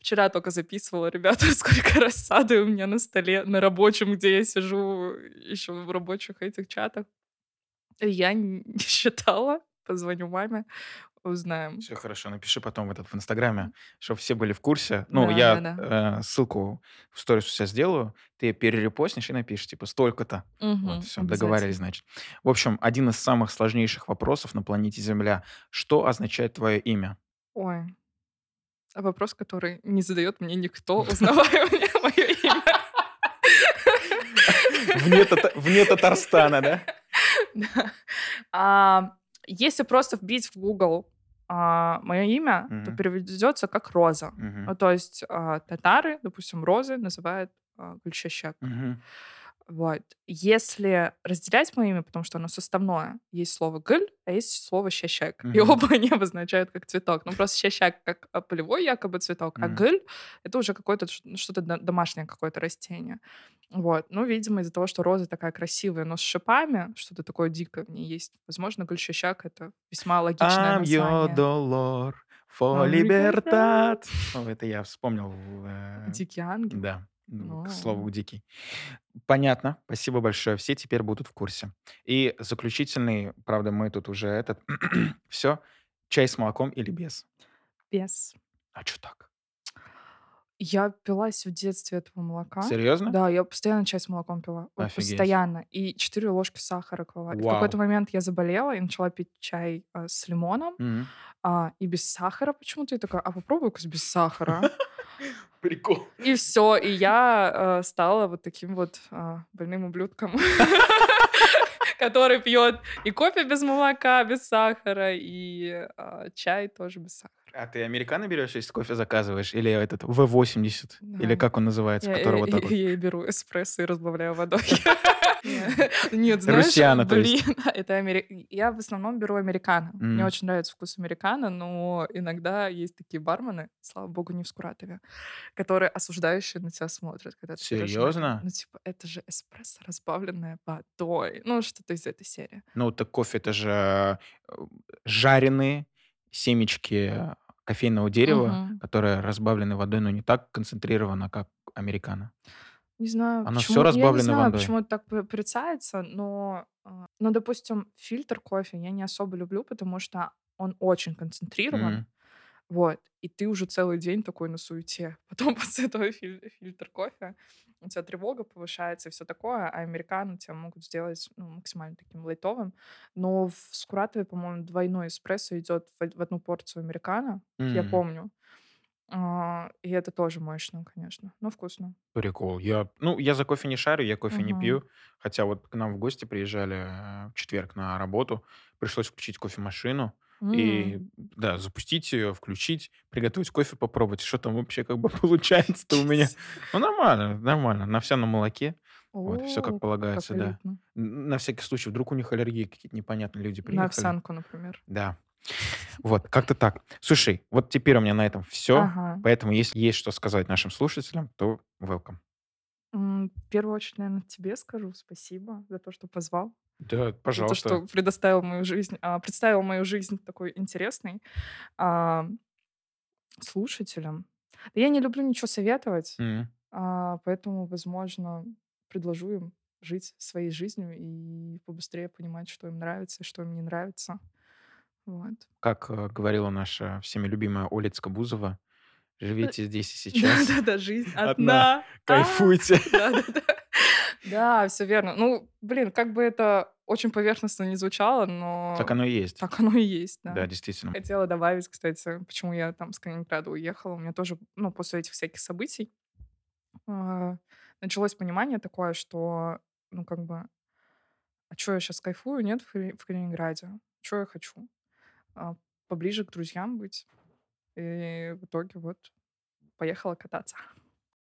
Вчера только записывала, ребята, сколько рассады у меня на столе, на рабочем, где я сижу еще в рабочих этих чатах. И Я не считала, позвоню маме, узнаем. Все хорошо, напиши потом в этот в Инстаграме, чтобы все были в курсе. Ну, Да, я да, э, ссылку в сторис у себя сделаю, ты перерепостнешь и напишешь, типа, столько-то. Вот, Мгм, все, обязательно. договорились, значит. В общем, один из самых сложнейших вопросов на планете Земля. Что означает твое имя? Ой. А Вопрос, который не задает мне никто, узнавая у меня мое имя. Вне, Тата- вне Татарстана, да? Да. А, Если просто вбить в Google мое имя, то Мгм. переведется как Роза. Мгм. Ну, то есть а, татары, допустим, розы называют а, гульшащак. Мгм. Вот. Если разделять мое имя, потому что оно составное, есть слово гыль, а есть слово щащак. И Мгм. оба они обозначают как цветок. Ну, просто щащак как а, полевой якобы цветок, а Мгм. гыль — это уже какое-то ш- ну, что-то до- домашнее какое-то растение. Вот. Ну, видимо, из-за того, что роза такая красивая, но с шипами, что-то такое дикое в ней есть. Возможно, гыль щащак — это весьма логичное I'm your название. dolor for For libertad. О, это я вспомнил. э, Дикий ангел. Да. ну, К Ну. слову, дикий. Понятно. Спасибо большое. Все теперь будут в курсе. И заключительный, правда, мы тут уже этот... Все. Чай с молоком или без? Без. А что так? Я пилась в детстве этого молока. Серьезно? Да, я постоянно чай с молоком пила. Вот Офигеть. постоянно. И 4 ложки сахара пила. И в Вау. какой-то момент я заболела и начала пить чай а, с лимоном Мгм. а, и без сахара почему-то. И такая, а попробуй-ка с без сахара. Прикол. И все. И я э, стала вот таким вот а, больным ублюдком. Который пьет и кофе без молока, без сахара, и а, чай тоже без сахара. А ты американо берешь, если кофе заказываешь? Или этот V80? Да. Или как он называется? Я, э, который вот я- так вот? я и беру эспрессо и разбавляю водой. Нет, знаешь, Русиана, то блин, есть. это амери- Я в основном беру американо. Мне М. очень нравится вкус американо, но иногда есть такие бармены, слава богу, не в Скуратове, которые осуждающие на тебя смотрят, когда ты берешь Серьезно? американо. Ну, типа, это же эспрессо, разбавленное водой. Ну, что-то из этой серии. Ну, так кофе это же э, жареные семечки кофейного дерева, Мгм. которые разбавлены водой, но не так концентрировано, как американо. Не знаю, Оно всё почему- разбавлено я не знаю, водой. почему это так п- порицается, но, а, ну, допустим, фильтр кофе я не особо люблю, потому что он очень концентрирован, Мгм. вот, и ты уже целый день такой на суете. Потом после этого филь- фильтр кофе, у тебя тревога повышается и все такое, а американо тебя могут сделать ну, максимально таким лайтовым. Но в Скуратове, по-моему, двойной эспрессо идет в, в одну порцию американо, я М, помню. А, И это тоже мощно, конечно, но вкусно. Прикол. Я, ну, я за кофе не шарю, я кофе не Мгм. пью. Хотя вот к нам в гости приезжали э, в четверг на работу, пришлось включить кофемашину и, М. да, запустить ее, включить, приготовить кофе, попробовать. Что там вообще как бы получается-то у меня? Ну, нормально, нормально. На все на молоке. Вот, все О, как полагается, да. элитно. Н- на всякий случай, вдруг у них аллергии какие-то непонятные люди На приехали. овсянку, например. Да. Вот, как-то так. Слушай, вот теперь у меня на этом все. Ага. Поэтому, если есть что сказать нашим слушателям, то welcome. М, В первую очередь, наверное, тебе скажу спасибо за то, что позвал. Да, за то, пожалуйста. что предоставил мою жизнь, а, представил мою жизнь такой интересной а, слушателям. Да я не люблю ничего советовать, М. а, поэтому, возможно, предложу им жить своей жизнью и побыстрее понимать, что им нравится и что им не нравится. Вот. Как э, говорила наша всеми любимая Оля Бузова, Э, живите здесь и сейчас. Да-да-да, жизнь Одна. одна. А! Кайфуйте. Да-да-да. Да, все верно. Ну, блин, как бы это очень поверхностно не звучало, но Так оно и есть. так оно и есть. Да, действительно. Хотела добавить, кстати, почему я там с Калининграда уехала. У меня тоже, ну, после этих всяких событий а, началось понимание такое, что, ну, как бы, а что я сейчас кайфую, нет, в Кали- в Калининграде? Что я хочу? А, поближе к друзьям быть. И в итоге вот поехала кататься.